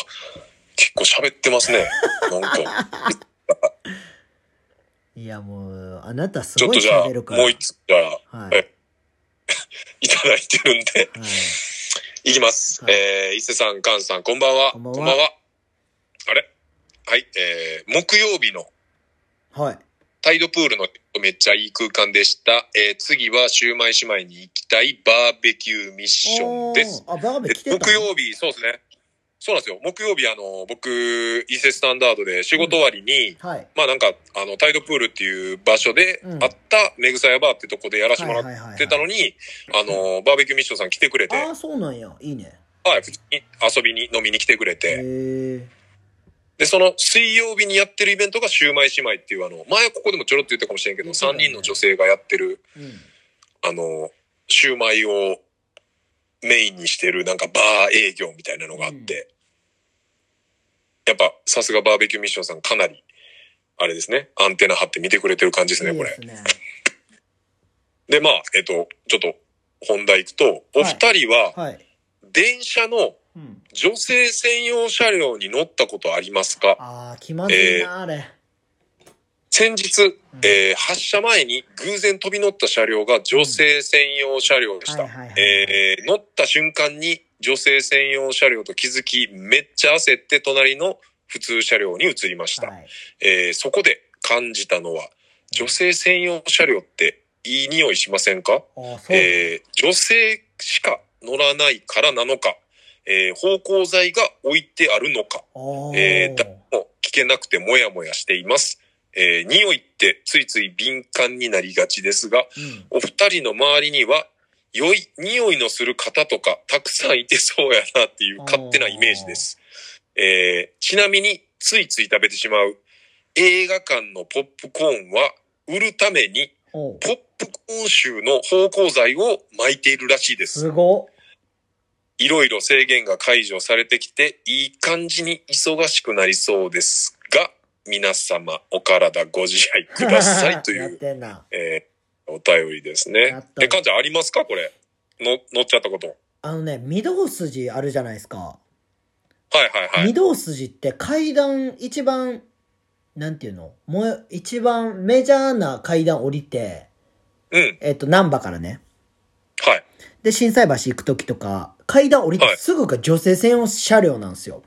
Speaker 2: 結構喋ってますね。な んか、
Speaker 1: いや、もう、あなたす
Speaker 2: ちょっ
Speaker 1: ごい
Speaker 2: とじゃあ、
Speaker 1: 喋るから。
Speaker 2: もう一つ、じゃあ、
Speaker 1: はい。
Speaker 2: えいただいてるんで、
Speaker 1: はい。
Speaker 2: いきます。
Speaker 1: はい
Speaker 2: えー、伊勢さん、菅さん、こんばんは。
Speaker 1: こんばんは
Speaker 2: あれはい、えー、木曜日の
Speaker 1: はい。
Speaker 2: タイドプールのめっちゃいい空間でした。えー次はシューマイ姉妹に行きたいバーベキューミッションです。
Speaker 1: おーあ、バーベ
Speaker 2: え
Speaker 1: 来てた
Speaker 2: 木曜日、そうですね。そうなんですよ。木曜日、あの、僕、伊勢スタンダードで仕事終わりに、
Speaker 1: はい。
Speaker 2: まあなんか、あの、タイドプールっていう場所で
Speaker 1: うん
Speaker 2: あったメグサヤバーってとこでやらせてもら
Speaker 1: はいはいはいは
Speaker 2: っ
Speaker 1: い
Speaker 2: てたのに、あの、バーベキューミッションさん来てくれて、
Speaker 1: ああ、そうなんや。いいね。
Speaker 2: はい、普通に遊びに、飲みに来てくれて、
Speaker 1: へえ。
Speaker 2: で、その水曜日にやってるイベントがシューマイ姉妹っていう、あの、前ここでもちょろっと言ったかもしれんけど、
Speaker 1: 言ってたね
Speaker 2: 3人の女性がやってる、
Speaker 1: うん。
Speaker 2: あの、シューマイをメインにしてるなんかバー営業みたいなのがあって、やっぱさすがバーベキューミッションさんかなり、あれですね、アンテナ張って見てくれてる感じですね、
Speaker 1: いい
Speaker 2: こ
Speaker 1: で
Speaker 2: れ
Speaker 1: す。ね。
Speaker 2: で、まあ、えっと、ちょっと本題行くと、お二人は
Speaker 1: はい。
Speaker 2: 電車の
Speaker 1: うん。
Speaker 2: 女性専用車両に乗ったことありますか
Speaker 1: ああ、気まずいな、あれ。
Speaker 2: 先日、えー発車前に偶然飛び乗った車両が女性専用車両でした
Speaker 1: はいはいは。い
Speaker 2: えー乗った瞬間に女性専用車両と気づき、めっちゃ焦って隣の普通車両に移りました。
Speaker 1: はい。
Speaker 2: えーそこで感じたのは、女性専用車両っていい匂いしませんか、
Speaker 1: ああ、そう。
Speaker 2: えー女性しか乗らないからなのか、えー芳香剤が置いてあるのか、
Speaker 1: ああ。
Speaker 2: えー誰も聞けなくてもやもやしています。えー匂いってついつい敏感になりがちですが、
Speaker 1: うん。
Speaker 2: お二人の周りには、良い匂いのする方とか、たくさんいてそうやなっていう勝手なイメージです。えーちなみに、ついつい食べてしまう映画館のポップコーンは、売るために、
Speaker 1: おう
Speaker 2: ポップコーン臭の芳香剤を巻いているらしいです
Speaker 1: す。ごっ。
Speaker 2: いろいろ制限が解除されてきて、いい感じに忙しくなりそうですが、皆様、お体ご自愛くださいとい
Speaker 1: やっ
Speaker 2: う、
Speaker 1: てんな。
Speaker 2: えーお便りです
Speaker 1: や
Speaker 2: ね
Speaker 1: っ。た
Speaker 2: え、かんちゃんありますかこれ。の、乗っちゃったこと。は
Speaker 1: あのね、御堂筋あるじゃないですか。
Speaker 2: いはいは
Speaker 1: 御
Speaker 2: い。
Speaker 1: 堂筋って階段一番、なんていうのもう一番メジャーな階段降りて、
Speaker 2: うん。
Speaker 1: えっと、難波からね。
Speaker 2: はい。
Speaker 1: で、震災橋行く時とか、階段降り
Speaker 2: は
Speaker 1: て
Speaker 2: い
Speaker 1: すぐが女性専用車両なんですよ。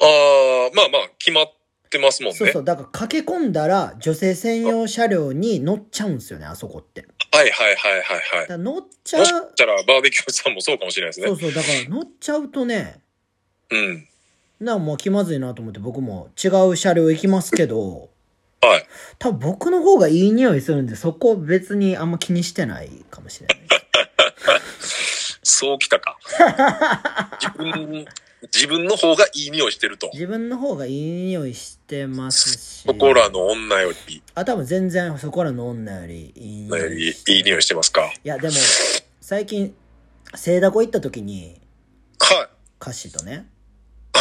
Speaker 2: あー、まあまあ、決まってますもんね。
Speaker 1: そうそう。だから駆け込んだら女性専用車両に乗っちゃうんですよね、あそこって。だ
Speaker 2: はいはいはいはいはい
Speaker 1: か。ら乗っちゃ
Speaker 2: もしか
Speaker 1: う
Speaker 2: し。たら、バーベキューさんもそうかもしれないです
Speaker 1: そう
Speaker 2: ね。
Speaker 1: そう。だから乗っちゃうとね、
Speaker 2: うん。
Speaker 1: なんかもう気まずいなと思って僕も違う車両行きますけど、
Speaker 2: はい。
Speaker 1: 多分僕の方がいい匂いするんで、そこ別にあんま気にしてないかもしれない。
Speaker 2: そうき たか。自分、自分の方がいい匂いしてると。
Speaker 1: 自分の方がいい匂いしてますし。
Speaker 2: そこらの女より、
Speaker 1: あ、多分全然そこらの女よりいい
Speaker 2: 女
Speaker 1: 匂
Speaker 2: よ
Speaker 1: い
Speaker 2: り
Speaker 1: し。
Speaker 2: いい匂いしてますか。はい。
Speaker 1: いや、でも、最近、聖ダコ行った時に、
Speaker 2: は
Speaker 1: 歌詞とね、
Speaker 2: い。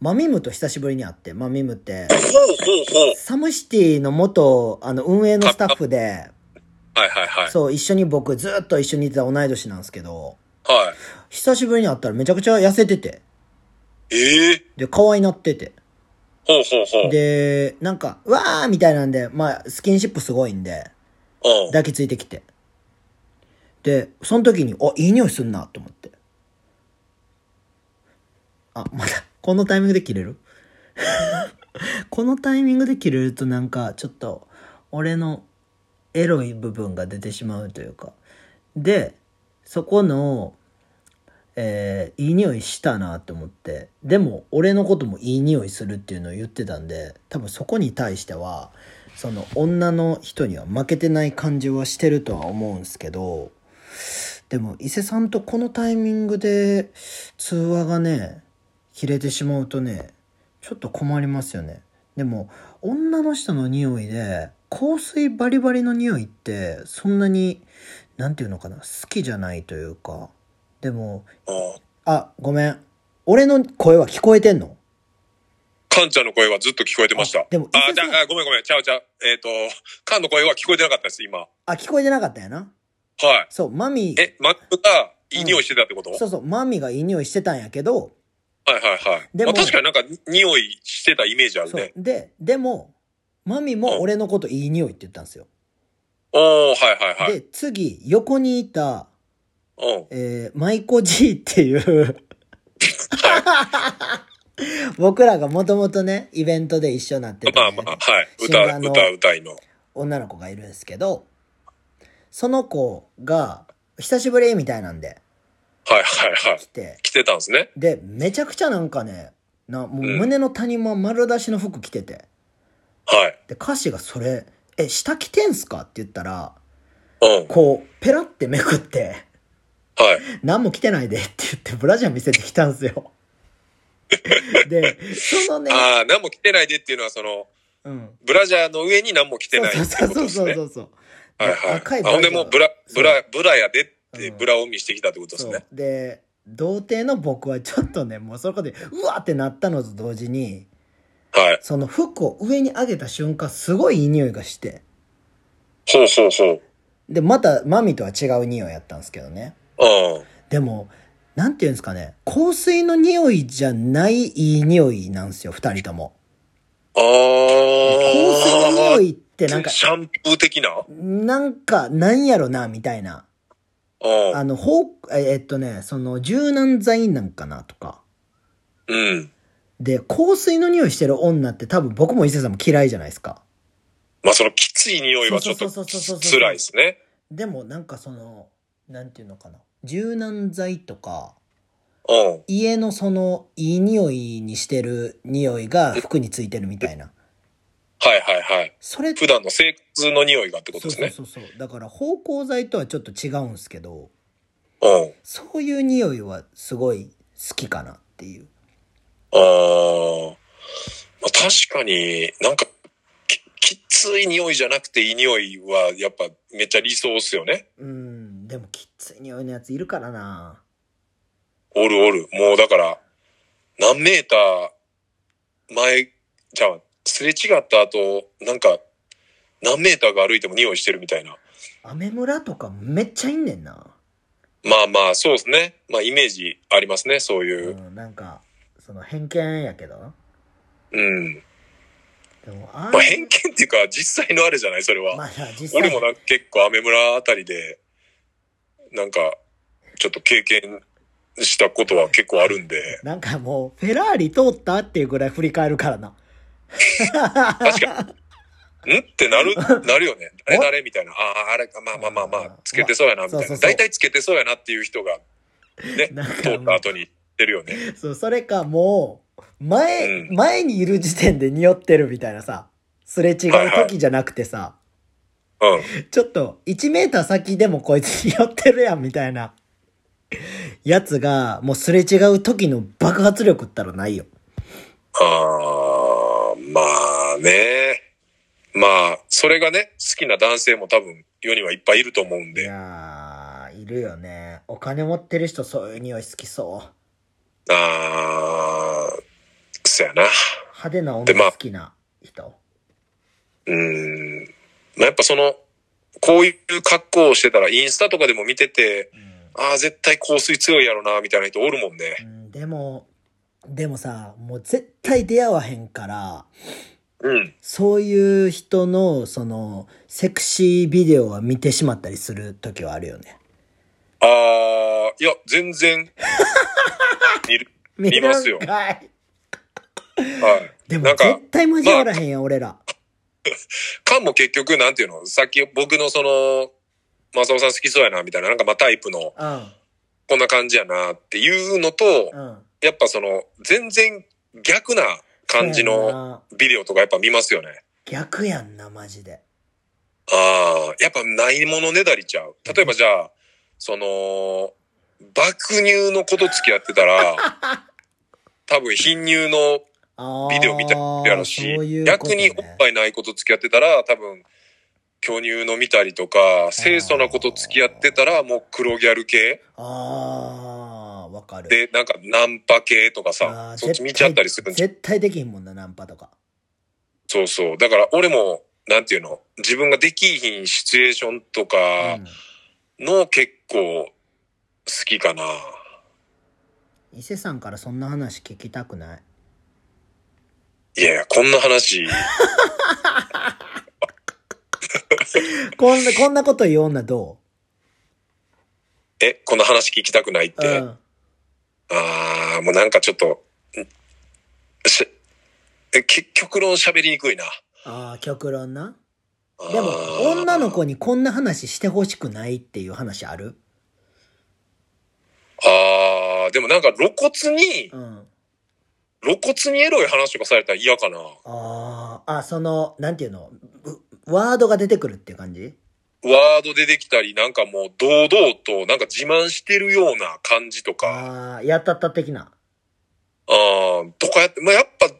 Speaker 1: マミムと久しぶりに会って、マミムって、
Speaker 2: ほうほうほう。
Speaker 1: サムシティの元、あの、運営のスタッフで、
Speaker 2: はいはいはい。
Speaker 1: そう、一緒に僕ずっと一緒にいてた同い年なんですけど、
Speaker 2: は
Speaker 1: 久しぶりに会ったらめちゃくちゃ痩せてて、
Speaker 2: い。ええ
Speaker 1: で、可愛いなってて、
Speaker 2: ほうほうほう。
Speaker 1: で、なんか、うわーみたいなんで、まあ、スキンシップすごいんで、
Speaker 2: うん。
Speaker 1: 抱きついてきて。で、その時に、あ、いい匂いすんな、と思って。あ、まだ、このタイミングで切れる このタイミングで切れるとなんか、ちょっと、俺のエロい部分が出てしまうというか。で、そこの、えーいい匂いしたなって思って。でも、俺のこともいい匂いするっていうのを言ってたんで、多分そこに対しては、その女の人には負けてない感じはしてるとは思うんですけど、でも伊勢さんとこのタイミングで通話がね、切れてしまうとね、ちょっと困りますよね。でも、女の人の匂いで、香水バリバリの匂いって、そんなに、なんていうのかな、好きじゃないというか。でも、
Speaker 2: うん
Speaker 1: あ、ごめん。俺の声は聞こえてんの
Speaker 2: カンちゃんの声はずっと聞こえてました。
Speaker 1: あでも
Speaker 2: あ、
Speaker 1: 伊
Speaker 2: じ
Speaker 1: 勢
Speaker 2: ゃ
Speaker 1: さん
Speaker 2: あ、ごめんごめん。ちゃうちゃう。えっ、と、カンの声は聞こえてなかったです、今。は
Speaker 1: あ、聞こえてなかったよな。
Speaker 2: い。
Speaker 1: そう、マミー、
Speaker 2: え、マップがいい匂いしてたってこと、
Speaker 1: そうそう、マミーがいい匂いしてたんやけど、
Speaker 2: はいはいはい。
Speaker 1: で
Speaker 2: ま
Speaker 1: も
Speaker 2: あ、確かになんかに匂いしてたイメージある
Speaker 1: そう
Speaker 2: ね。
Speaker 1: ででもマミも俺のこといい匂いって言ったんですよ、
Speaker 2: おー、はいはいは
Speaker 1: で
Speaker 2: い。
Speaker 1: 次横にいた、
Speaker 2: うん。
Speaker 1: えーマイコ G っていう 僕らがもともとねイベントで一緒になって
Speaker 2: ま
Speaker 1: た
Speaker 2: あ
Speaker 1: ね、
Speaker 2: まあ、はい。
Speaker 1: シンガ
Speaker 2: 歌、
Speaker 1: ーの
Speaker 2: 歌、歌いの。
Speaker 1: 女の子がいるんですけどその子が久しぶりみたいなんで
Speaker 2: はいはいはい
Speaker 1: 来。て
Speaker 2: 来てたんですね。
Speaker 1: でめちゃくちゃなんかねなもう
Speaker 2: うん
Speaker 1: 胸の谷間丸出しの服着てて
Speaker 2: はい。
Speaker 1: で歌詞がそれ「え下着てんすか?」って言ったら
Speaker 2: うん。
Speaker 1: こう、ペラってめくって、
Speaker 2: はい。
Speaker 1: 何も着てないでって言ってブラジャー見せてきたんですよ。で、そのね、
Speaker 2: ああ、何も着てないでっていうのは、その、
Speaker 1: うん。
Speaker 2: ブラジャーの上に何も着てないって
Speaker 1: そ
Speaker 2: こ
Speaker 1: う
Speaker 2: と
Speaker 1: そう
Speaker 2: ですね。
Speaker 1: そうそうそう。
Speaker 2: はいはい。
Speaker 1: 赤い
Speaker 2: あほんでもうブラ、ブラ、ブラやでって、
Speaker 1: うん
Speaker 2: ブラを見してきたってことです
Speaker 1: そ
Speaker 2: ね
Speaker 1: う。。で、童貞の僕はちょっとね、もうそこで、うわってなったのと同時に、
Speaker 2: はい。
Speaker 1: その服を上に上げた瞬間、すごいいい匂いがして。
Speaker 2: ほうほうほ
Speaker 1: で、また、マミとは違う匂いやったんですけどね。
Speaker 2: う。うん。
Speaker 1: でも、なんていうんですかね、香水の匂いじゃないいい匂いなんですよ、二人とも。
Speaker 2: あ
Speaker 1: 香水の
Speaker 2: あ。
Speaker 1: 匂いってなんか、
Speaker 2: シャンプー的な
Speaker 1: なんか、なんやろな、みたいな。
Speaker 2: う
Speaker 1: あの、ほう、ええっとね、その、柔軟剤なんかな、とか。
Speaker 2: ん。うん。
Speaker 1: で、香水の匂いしてる女って多分僕も伊勢さんも嫌いじゃないですか。
Speaker 2: まあそのきつい匂いはちょっと
Speaker 1: そうそうそうそうそうそう
Speaker 2: 辛いですね。
Speaker 1: でもなんかその、なんていうのかな。柔軟剤とか、
Speaker 2: うん。
Speaker 1: 家のその、いい匂いにしてる匂いが服についてるみたいな。
Speaker 2: はいはいはい。
Speaker 1: それ
Speaker 2: 普段の生活の匂いがってこと
Speaker 1: そう
Speaker 2: です
Speaker 1: そう
Speaker 2: ね。
Speaker 1: そうそう。だから、芳香剤とはちょっと違うんすけど、
Speaker 2: うん。
Speaker 1: そういう匂いはすごい好きかなっていう。
Speaker 2: あーまあ、確かになんかききつい匂いじゃなくていい匂いはやっぱめっちゃ理想っすよね。
Speaker 1: うん、でもきつい匂いのやついるからな。
Speaker 2: おるおる。もうだから何メーター前、じゃあすれ違った後なんか何メーターが歩いても匂いしてるみたいな。
Speaker 1: アメ村とかめっちゃいんねんな。
Speaker 2: まあまあそうですね。まあイメージありますね。そう
Speaker 1: う
Speaker 2: いう。
Speaker 1: ん、なんか、その偏見やけど。
Speaker 2: うん。
Speaker 1: でも、ああいう
Speaker 2: まあ、偏見っていうか、実際のあれじゃないそれは。
Speaker 1: まあ実際。
Speaker 2: 俺もなんか結構、アメ村あたりで、なんか、ちょっと経験したことは結構あるん で、
Speaker 1: なんかもう、フェラーリ通ったっていうぐらい振り返るからな。
Speaker 2: 確かに、んってなる、なるよね。誰誰みたいな。ああ、あれか、まあまあまあまあ、つけてそうやな、みた
Speaker 1: そう
Speaker 2: い
Speaker 1: そ
Speaker 2: な。
Speaker 1: うそう
Speaker 2: 大体つけてそうやなっていう人が、ね、
Speaker 1: なんかもう
Speaker 2: 通った後に言ってるよね。
Speaker 1: そう、それかもう、前、
Speaker 2: うん
Speaker 1: 前にいる時点で匂ってるみたいなさ。すれ違う時じゃなくてさ、
Speaker 2: うん。
Speaker 1: ちょっと1メーター先でもこいつ匂ってるやんみたいな。やつが、もうすれ違う時の爆発力ったらないよ。
Speaker 2: あー、まあね。まあ、それがね、好きな男性も多分世にはいっぱいいると思うん
Speaker 1: い
Speaker 2: で。
Speaker 1: やー、いるよね。お金持ってる人そういう匂い好きそう。
Speaker 2: あー、そやな。
Speaker 1: 派手な
Speaker 2: でま
Speaker 1: 女
Speaker 2: あ
Speaker 1: 好きな人。
Speaker 2: うーん。まあ、やっぱその、こういう格好をしてたら、インスタとかでも見てて、ああ、絶対香水強いやろな、みたいな人おるもん
Speaker 1: う
Speaker 2: ね。
Speaker 1: ん、でも、でもさ、もう絶対出会わへんから、
Speaker 2: うん。
Speaker 1: そういう人の、その、セクシービデオは見てしまったりする時はあるよね。
Speaker 2: ああ、いや、全然、 見る。見ますよ
Speaker 1: 見るんかい
Speaker 2: はい。
Speaker 1: でも
Speaker 2: なんか
Speaker 1: 絶対交わらへんやん、俺ら。
Speaker 2: かも結局、なんていうのさっき僕のその、マサオさん好きそうやな、みたいな、なんかまあタイプの、
Speaker 1: うん。
Speaker 2: こんな感じやな、っていうのと、
Speaker 1: うん。
Speaker 2: やっぱその、全然逆な感じ
Speaker 1: そうや
Speaker 2: の
Speaker 1: な
Speaker 2: ビデオとかやっぱ見ますよね。
Speaker 1: 逆やんな、マジで。
Speaker 2: ああ、やっぱないものねだりちゃう。例えばじゃあ、その、爆乳のこと付き合って たら、多分貧乳の
Speaker 1: あー
Speaker 2: ビデオ見たりやろし、
Speaker 1: そういうこと
Speaker 2: 逆
Speaker 1: ね
Speaker 2: におっぱいないこと付き合ってたら、多分、巨乳の見たりとか、清楚なこと付き合ってたら、もう黒ギャル系
Speaker 1: あー、わかる。
Speaker 2: で、なんかナンパ系とか
Speaker 1: あ
Speaker 2: さ
Speaker 1: ー、
Speaker 2: そっち見ちゃったりするんじゃん
Speaker 1: 絶対絶対できひんもんな、ナンパとか。
Speaker 2: そうそう。だから俺も、なんていうの、自分ができひんシチュエーションとか
Speaker 1: うん
Speaker 2: の結構好きかな。
Speaker 1: 伊勢さんからそんな話聞きたくない
Speaker 2: いやいや、こんな話、
Speaker 1: こんな、こんなこと言う女ど
Speaker 2: え、こんな話聞きたくないっ
Speaker 1: うう
Speaker 2: て。
Speaker 1: ん。
Speaker 2: あー、もうなんかちょっと、んしえ結局論喋りにくいな。
Speaker 1: ああ、極論な。でも
Speaker 2: あ、ー
Speaker 1: 女の子にこんな話してほしくないっていう話ある
Speaker 2: あー、でもなんか露骨に
Speaker 1: う、ん。
Speaker 2: 露骨にエロい話とかされたら嫌かな。
Speaker 1: あーあ、その、なんていうのうワードが出てくるっていう感じ
Speaker 2: ワード出てきたり、なんかもう堂々と、なんか自慢してるような感じとか。
Speaker 1: ああ、やったった的な。
Speaker 2: あーとかやって、まあ、やっぱ若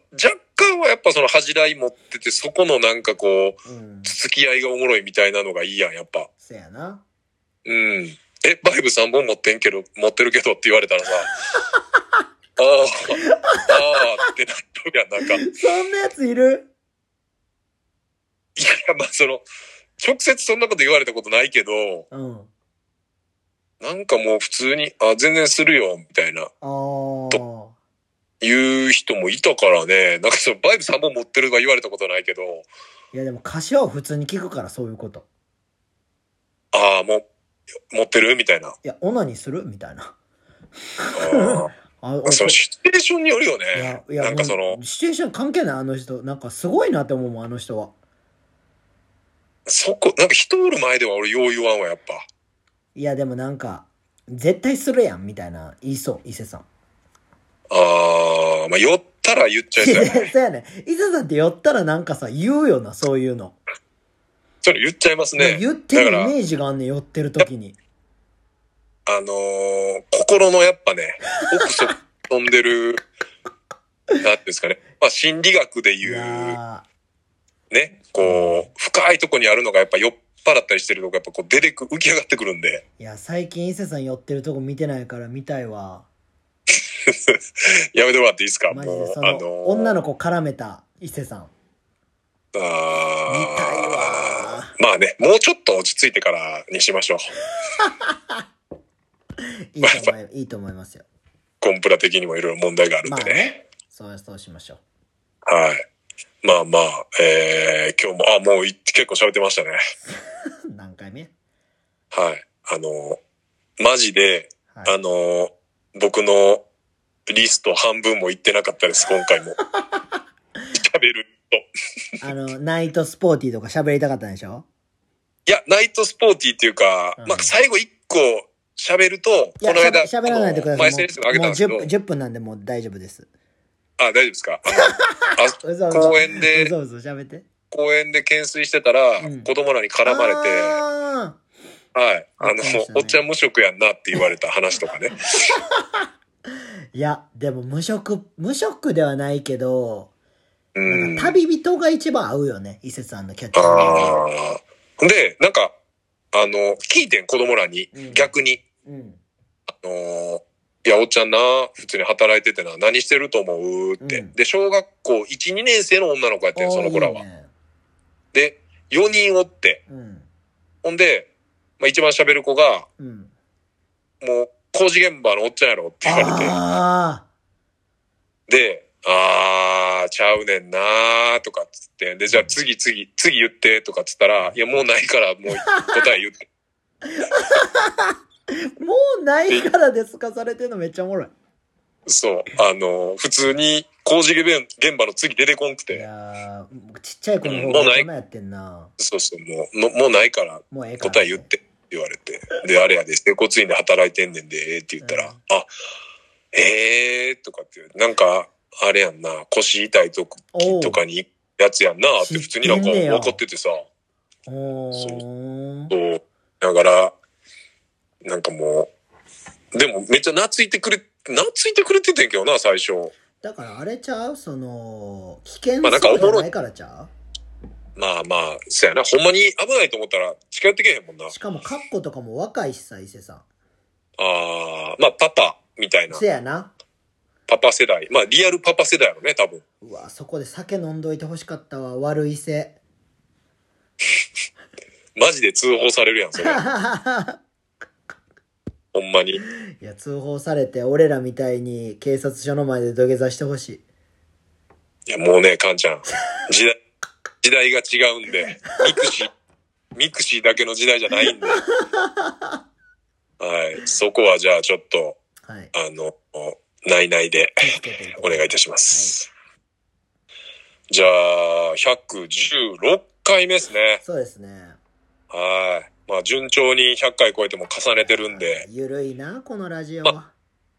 Speaker 2: 干はやっぱその恥じらい持ってて、そこのなんかこう、
Speaker 1: うん。
Speaker 2: 付き合いがおもろいみたいなのがいいやん、やっぱ。
Speaker 1: そやな。
Speaker 2: うん。え、バイブ3本持ってんけど、持ってるけどって言われたらさ、 ああ、ああってなっとるやん、なんか。い
Speaker 1: そんなやついる
Speaker 2: や、まあその、直接そんなこと言われたことないけど、
Speaker 1: うん。
Speaker 2: なんかもう普通に、あ、全然するよ、みたいな、
Speaker 1: ああ。
Speaker 2: 言う人もいたからね、なんかその、バイブ3本持ってるとか言われたことないけど、
Speaker 1: いやでも歌詞は普通に聞くからそういうこと。
Speaker 2: ああ、もう、持ってるみたいな。
Speaker 1: いや、オナにするみたいな。
Speaker 2: あ
Speaker 1: あ
Speaker 2: あそのシチュエーションによるよ
Speaker 1: いや
Speaker 2: ね。、
Speaker 1: いや、
Speaker 2: なんかそ
Speaker 1: も
Speaker 2: の
Speaker 1: う、シチュエーション関係ない、あの人。なんかすごいなって思うもん、あの人は。
Speaker 2: そこ、なんか人おる前では俺よう言わんわ、やっぱ。
Speaker 1: いや、でもなんか、絶対するやん、みたいな、言いそう、伊勢さん。
Speaker 2: ああ、まあ、寄ったら言っちゃい
Speaker 1: い
Speaker 2: そう
Speaker 1: や
Speaker 2: やね。
Speaker 1: そうやね。伊勢さんって寄ったらなんかさ、言うよな、そういうの。
Speaker 2: それ言っちゃいますね。
Speaker 1: 言ってるイ
Speaker 2: だから、
Speaker 1: メージがあんねん、寄ってる時に。
Speaker 2: あのー心のやっぱね、奥底飛んでる、なんていうんですかね。まあ、心理学で
Speaker 1: い
Speaker 2: いう、
Speaker 1: や
Speaker 2: ね、こう、深いとこにあるのがやっぱ酔っ払ったりしてるのがやっぱこう出てく、浮き上がってくるんで。
Speaker 1: ーいや、最近伊勢さん寄ってるとこ見てないから見たいわ。
Speaker 2: やめてもらっていいですか
Speaker 1: マジで、
Speaker 2: もう、
Speaker 1: そ
Speaker 2: あの
Speaker 1: の、女の子絡めた伊勢さん。
Speaker 2: あ
Speaker 1: 見たい
Speaker 2: あ
Speaker 1: わ
Speaker 2: まあね、もうちょっと落ち着いてからにしましょう。
Speaker 1: いいと思い、いいと思いますよ。
Speaker 2: コンプラ的にもいろいろ問題が あるん
Speaker 1: まあ
Speaker 2: で
Speaker 1: ね
Speaker 2: ね。。
Speaker 1: そう、そうしましょう。
Speaker 2: はい。まあまあ、えー、今日も、あ、もうい結構喋ってましたね。
Speaker 1: 何回目
Speaker 2: はい。あのー、マジで、
Speaker 1: は
Speaker 2: あのー、僕のリスト半分も言ってなかったです、今 回も。喋ると。
Speaker 1: い。あの、ナイトスポーティーとか喋りたかったんでしょ
Speaker 2: いや、ナイトスポーティーっていうか、
Speaker 1: うん
Speaker 2: まあ最後一個喋ると、
Speaker 1: いや
Speaker 2: この間、
Speaker 1: しゃべ喋らないでくださ
Speaker 2: 前
Speaker 1: い。
Speaker 2: 先生
Speaker 1: も
Speaker 2: が
Speaker 1: う
Speaker 2: 上げた
Speaker 1: も
Speaker 2: ん
Speaker 1: う
Speaker 2: ですけど、
Speaker 1: 10, 10分なんでもう大丈夫です。
Speaker 2: あ、大丈夫ですかあのあ
Speaker 1: うそう
Speaker 2: 公園で
Speaker 1: うそううそ喋って。
Speaker 2: 公園で懸垂してたら、
Speaker 1: うん
Speaker 2: 子供らに絡まれて、
Speaker 1: あ
Speaker 2: はい。あ
Speaker 1: わかり
Speaker 2: の
Speaker 1: ましたね、
Speaker 2: おっちゃん無職やんなって言われた話とかね。
Speaker 1: いや、でも無職、無職ではないけど、
Speaker 2: うん。
Speaker 1: 旅人が一番合うよね、伊勢さんのキャッチフレー
Speaker 2: ああ。で、なんか、あの、聞いてん、子供らに
Speaker 1: うん。
Speaker 2: 逆に。
Speaker 1: ズ。うん。
Speaker 2: あのーいや、おっちゃんな、普通に働いててな、何してると思うって。
Speaker 1: うん
Speaker 2: で、小学校1、2年生の女の子やってん、その子らは。
Speaker 1: あーいいね
Speaker 2: で、4人おって。
Speaker 1: うん。
Speaker 2: ほんで、まあ、一番喋る子が、
Speaker 1: うん。
Speaker 2: もう、工事現場のおっちゃんやろって言わ
Speaker 1: あ
Speaker 2: れて。で、あー、ちゃうねんなーとかっつって。で、じゃあ次、次、次言ってとかっつったら、いや、もうないから、もう答え言って。
Speaker 1: あ、もうないからですかされてるのめっちゃおもろい。
Speaker 2: そう。あのー普通に工事現場の次出てこんく
Speaker 1: い
Speaker 2: て。
Speaker 1: やーちっちゃい子の方
Speaker 2: も
Speaker 1: が
Speaker 2: うない
Speaker 1: 大人やってんな。
Speaker 2: そうそう、もう、のもうないから、
Speaker 1: もうええから。
Speaker 2: 答え言っ。てって言われて。で、あれやで、整骨院で働いてんねんで、ええって言ったら、
Speaker 1: うん
Speaker 2: あ、ええー、とかって言う、なんか、あれやんな、腰痛いと
Speaker 1: おう
Speaker 2: きとかにやつやんなって普通になんか
Speaker 1: 知ってんねや
Speaker 2: 怒っててさ、
Speaker 1: お
Speaker 2: そ
Speaker 1: ー
Speaker 2: そう、だから、なんかもう、でもめっちゃ懐いてくれ、懐いてくれててんけどな、最初。
Speaker 1: だからあれちゃうその、危険
Speaker 2: まあなんか
Speaker 1: そうじ
Speaker 2: お
Speaker 1: ゃ
Speaker 2: もろい
Speaker 1: ないからちゃ
Speaker 2: まあまあ、そやな、ほんまに危ないと思ったら近寄ってけへんもんな
Speaker 1: う。しかも、カッコとかも若いしさ、伊勢さん。
Speaker 2: あー、まあパパみたいな
Speaker 1: せ、やな。
Speaker 2: パパ世代。まあリアルパパ世代やろね、多分。
Speaker 1: うわ、そこで酒飲んどいてほしかったわ、悪い勢。
Speaker 2: マジで通報されるや ん、それ。ほんまに。
Speaker 1: いや、通報されて、俺らみたいに警察署の前で土下座してほしい。
Speaker 2: いや、もうね、カンちゃん。時代、時代が違うんで。ミクシー、ミクシーだけの時代じゃないんで。はい。そこはじゃあちょっと、
Speaker 1: はい。
Speaker 2: あの、ないないで
Speaker 1: 気をつけていただ
Speaker 2: お願いいたしま。す。じゃあ、116回目ですね。
Speaker 1: そうですね。
Speaker 2: はい。まあ、順調に100回超えても重ねてるんで、
Speaker 1: ゆるいな、このラジオは。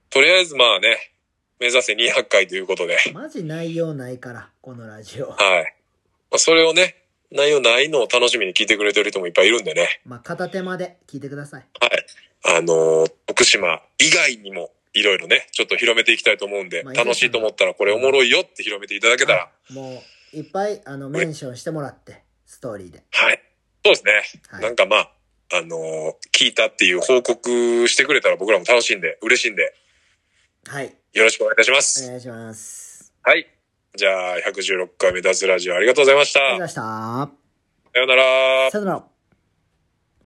Speaker 2: とりあえずまあね、目指せ200回ということで。
Speaker 1: マジ内容ないから、このラジオ。
Speaker 2: はい。まあ、それをね、内容ないのを楽しみに聞いてくれてる人もいっぱいいるんでね。
Speaker 1: まあ、片手間で聞いてください。
Speaker 2: はい。あのー徳島以外にも、いろいろね、ちょっと広めていきたいと思うんで、
Speaker 1: まあ
Speaker 2: 楽しいと思ったらこれおもろいよって広めていただけたら、
Speaker 1: あもう、いっぱい、あの、メンションしてもらって、ストーリーで。
Speaker 2: はい。そうですね。
Speaker 1: はい
Speaker 2: なんかまあ、あのー聞いたっていう報告してくれたら僕らも楽しいんで、嬉しいんで、
Speaker 1: はい。
Speaker 2: よろしくお願いいたしま
Speaker 1: お
Speaker 2: す。
Speaker 1: 願いします。
Speaker 2: はい。じゃあ、116回目脱ラジオありがとうございました
Speaker 1: あ。りがとうございました。
Speaker 2: さようなら。
Speaker 1: さよなら。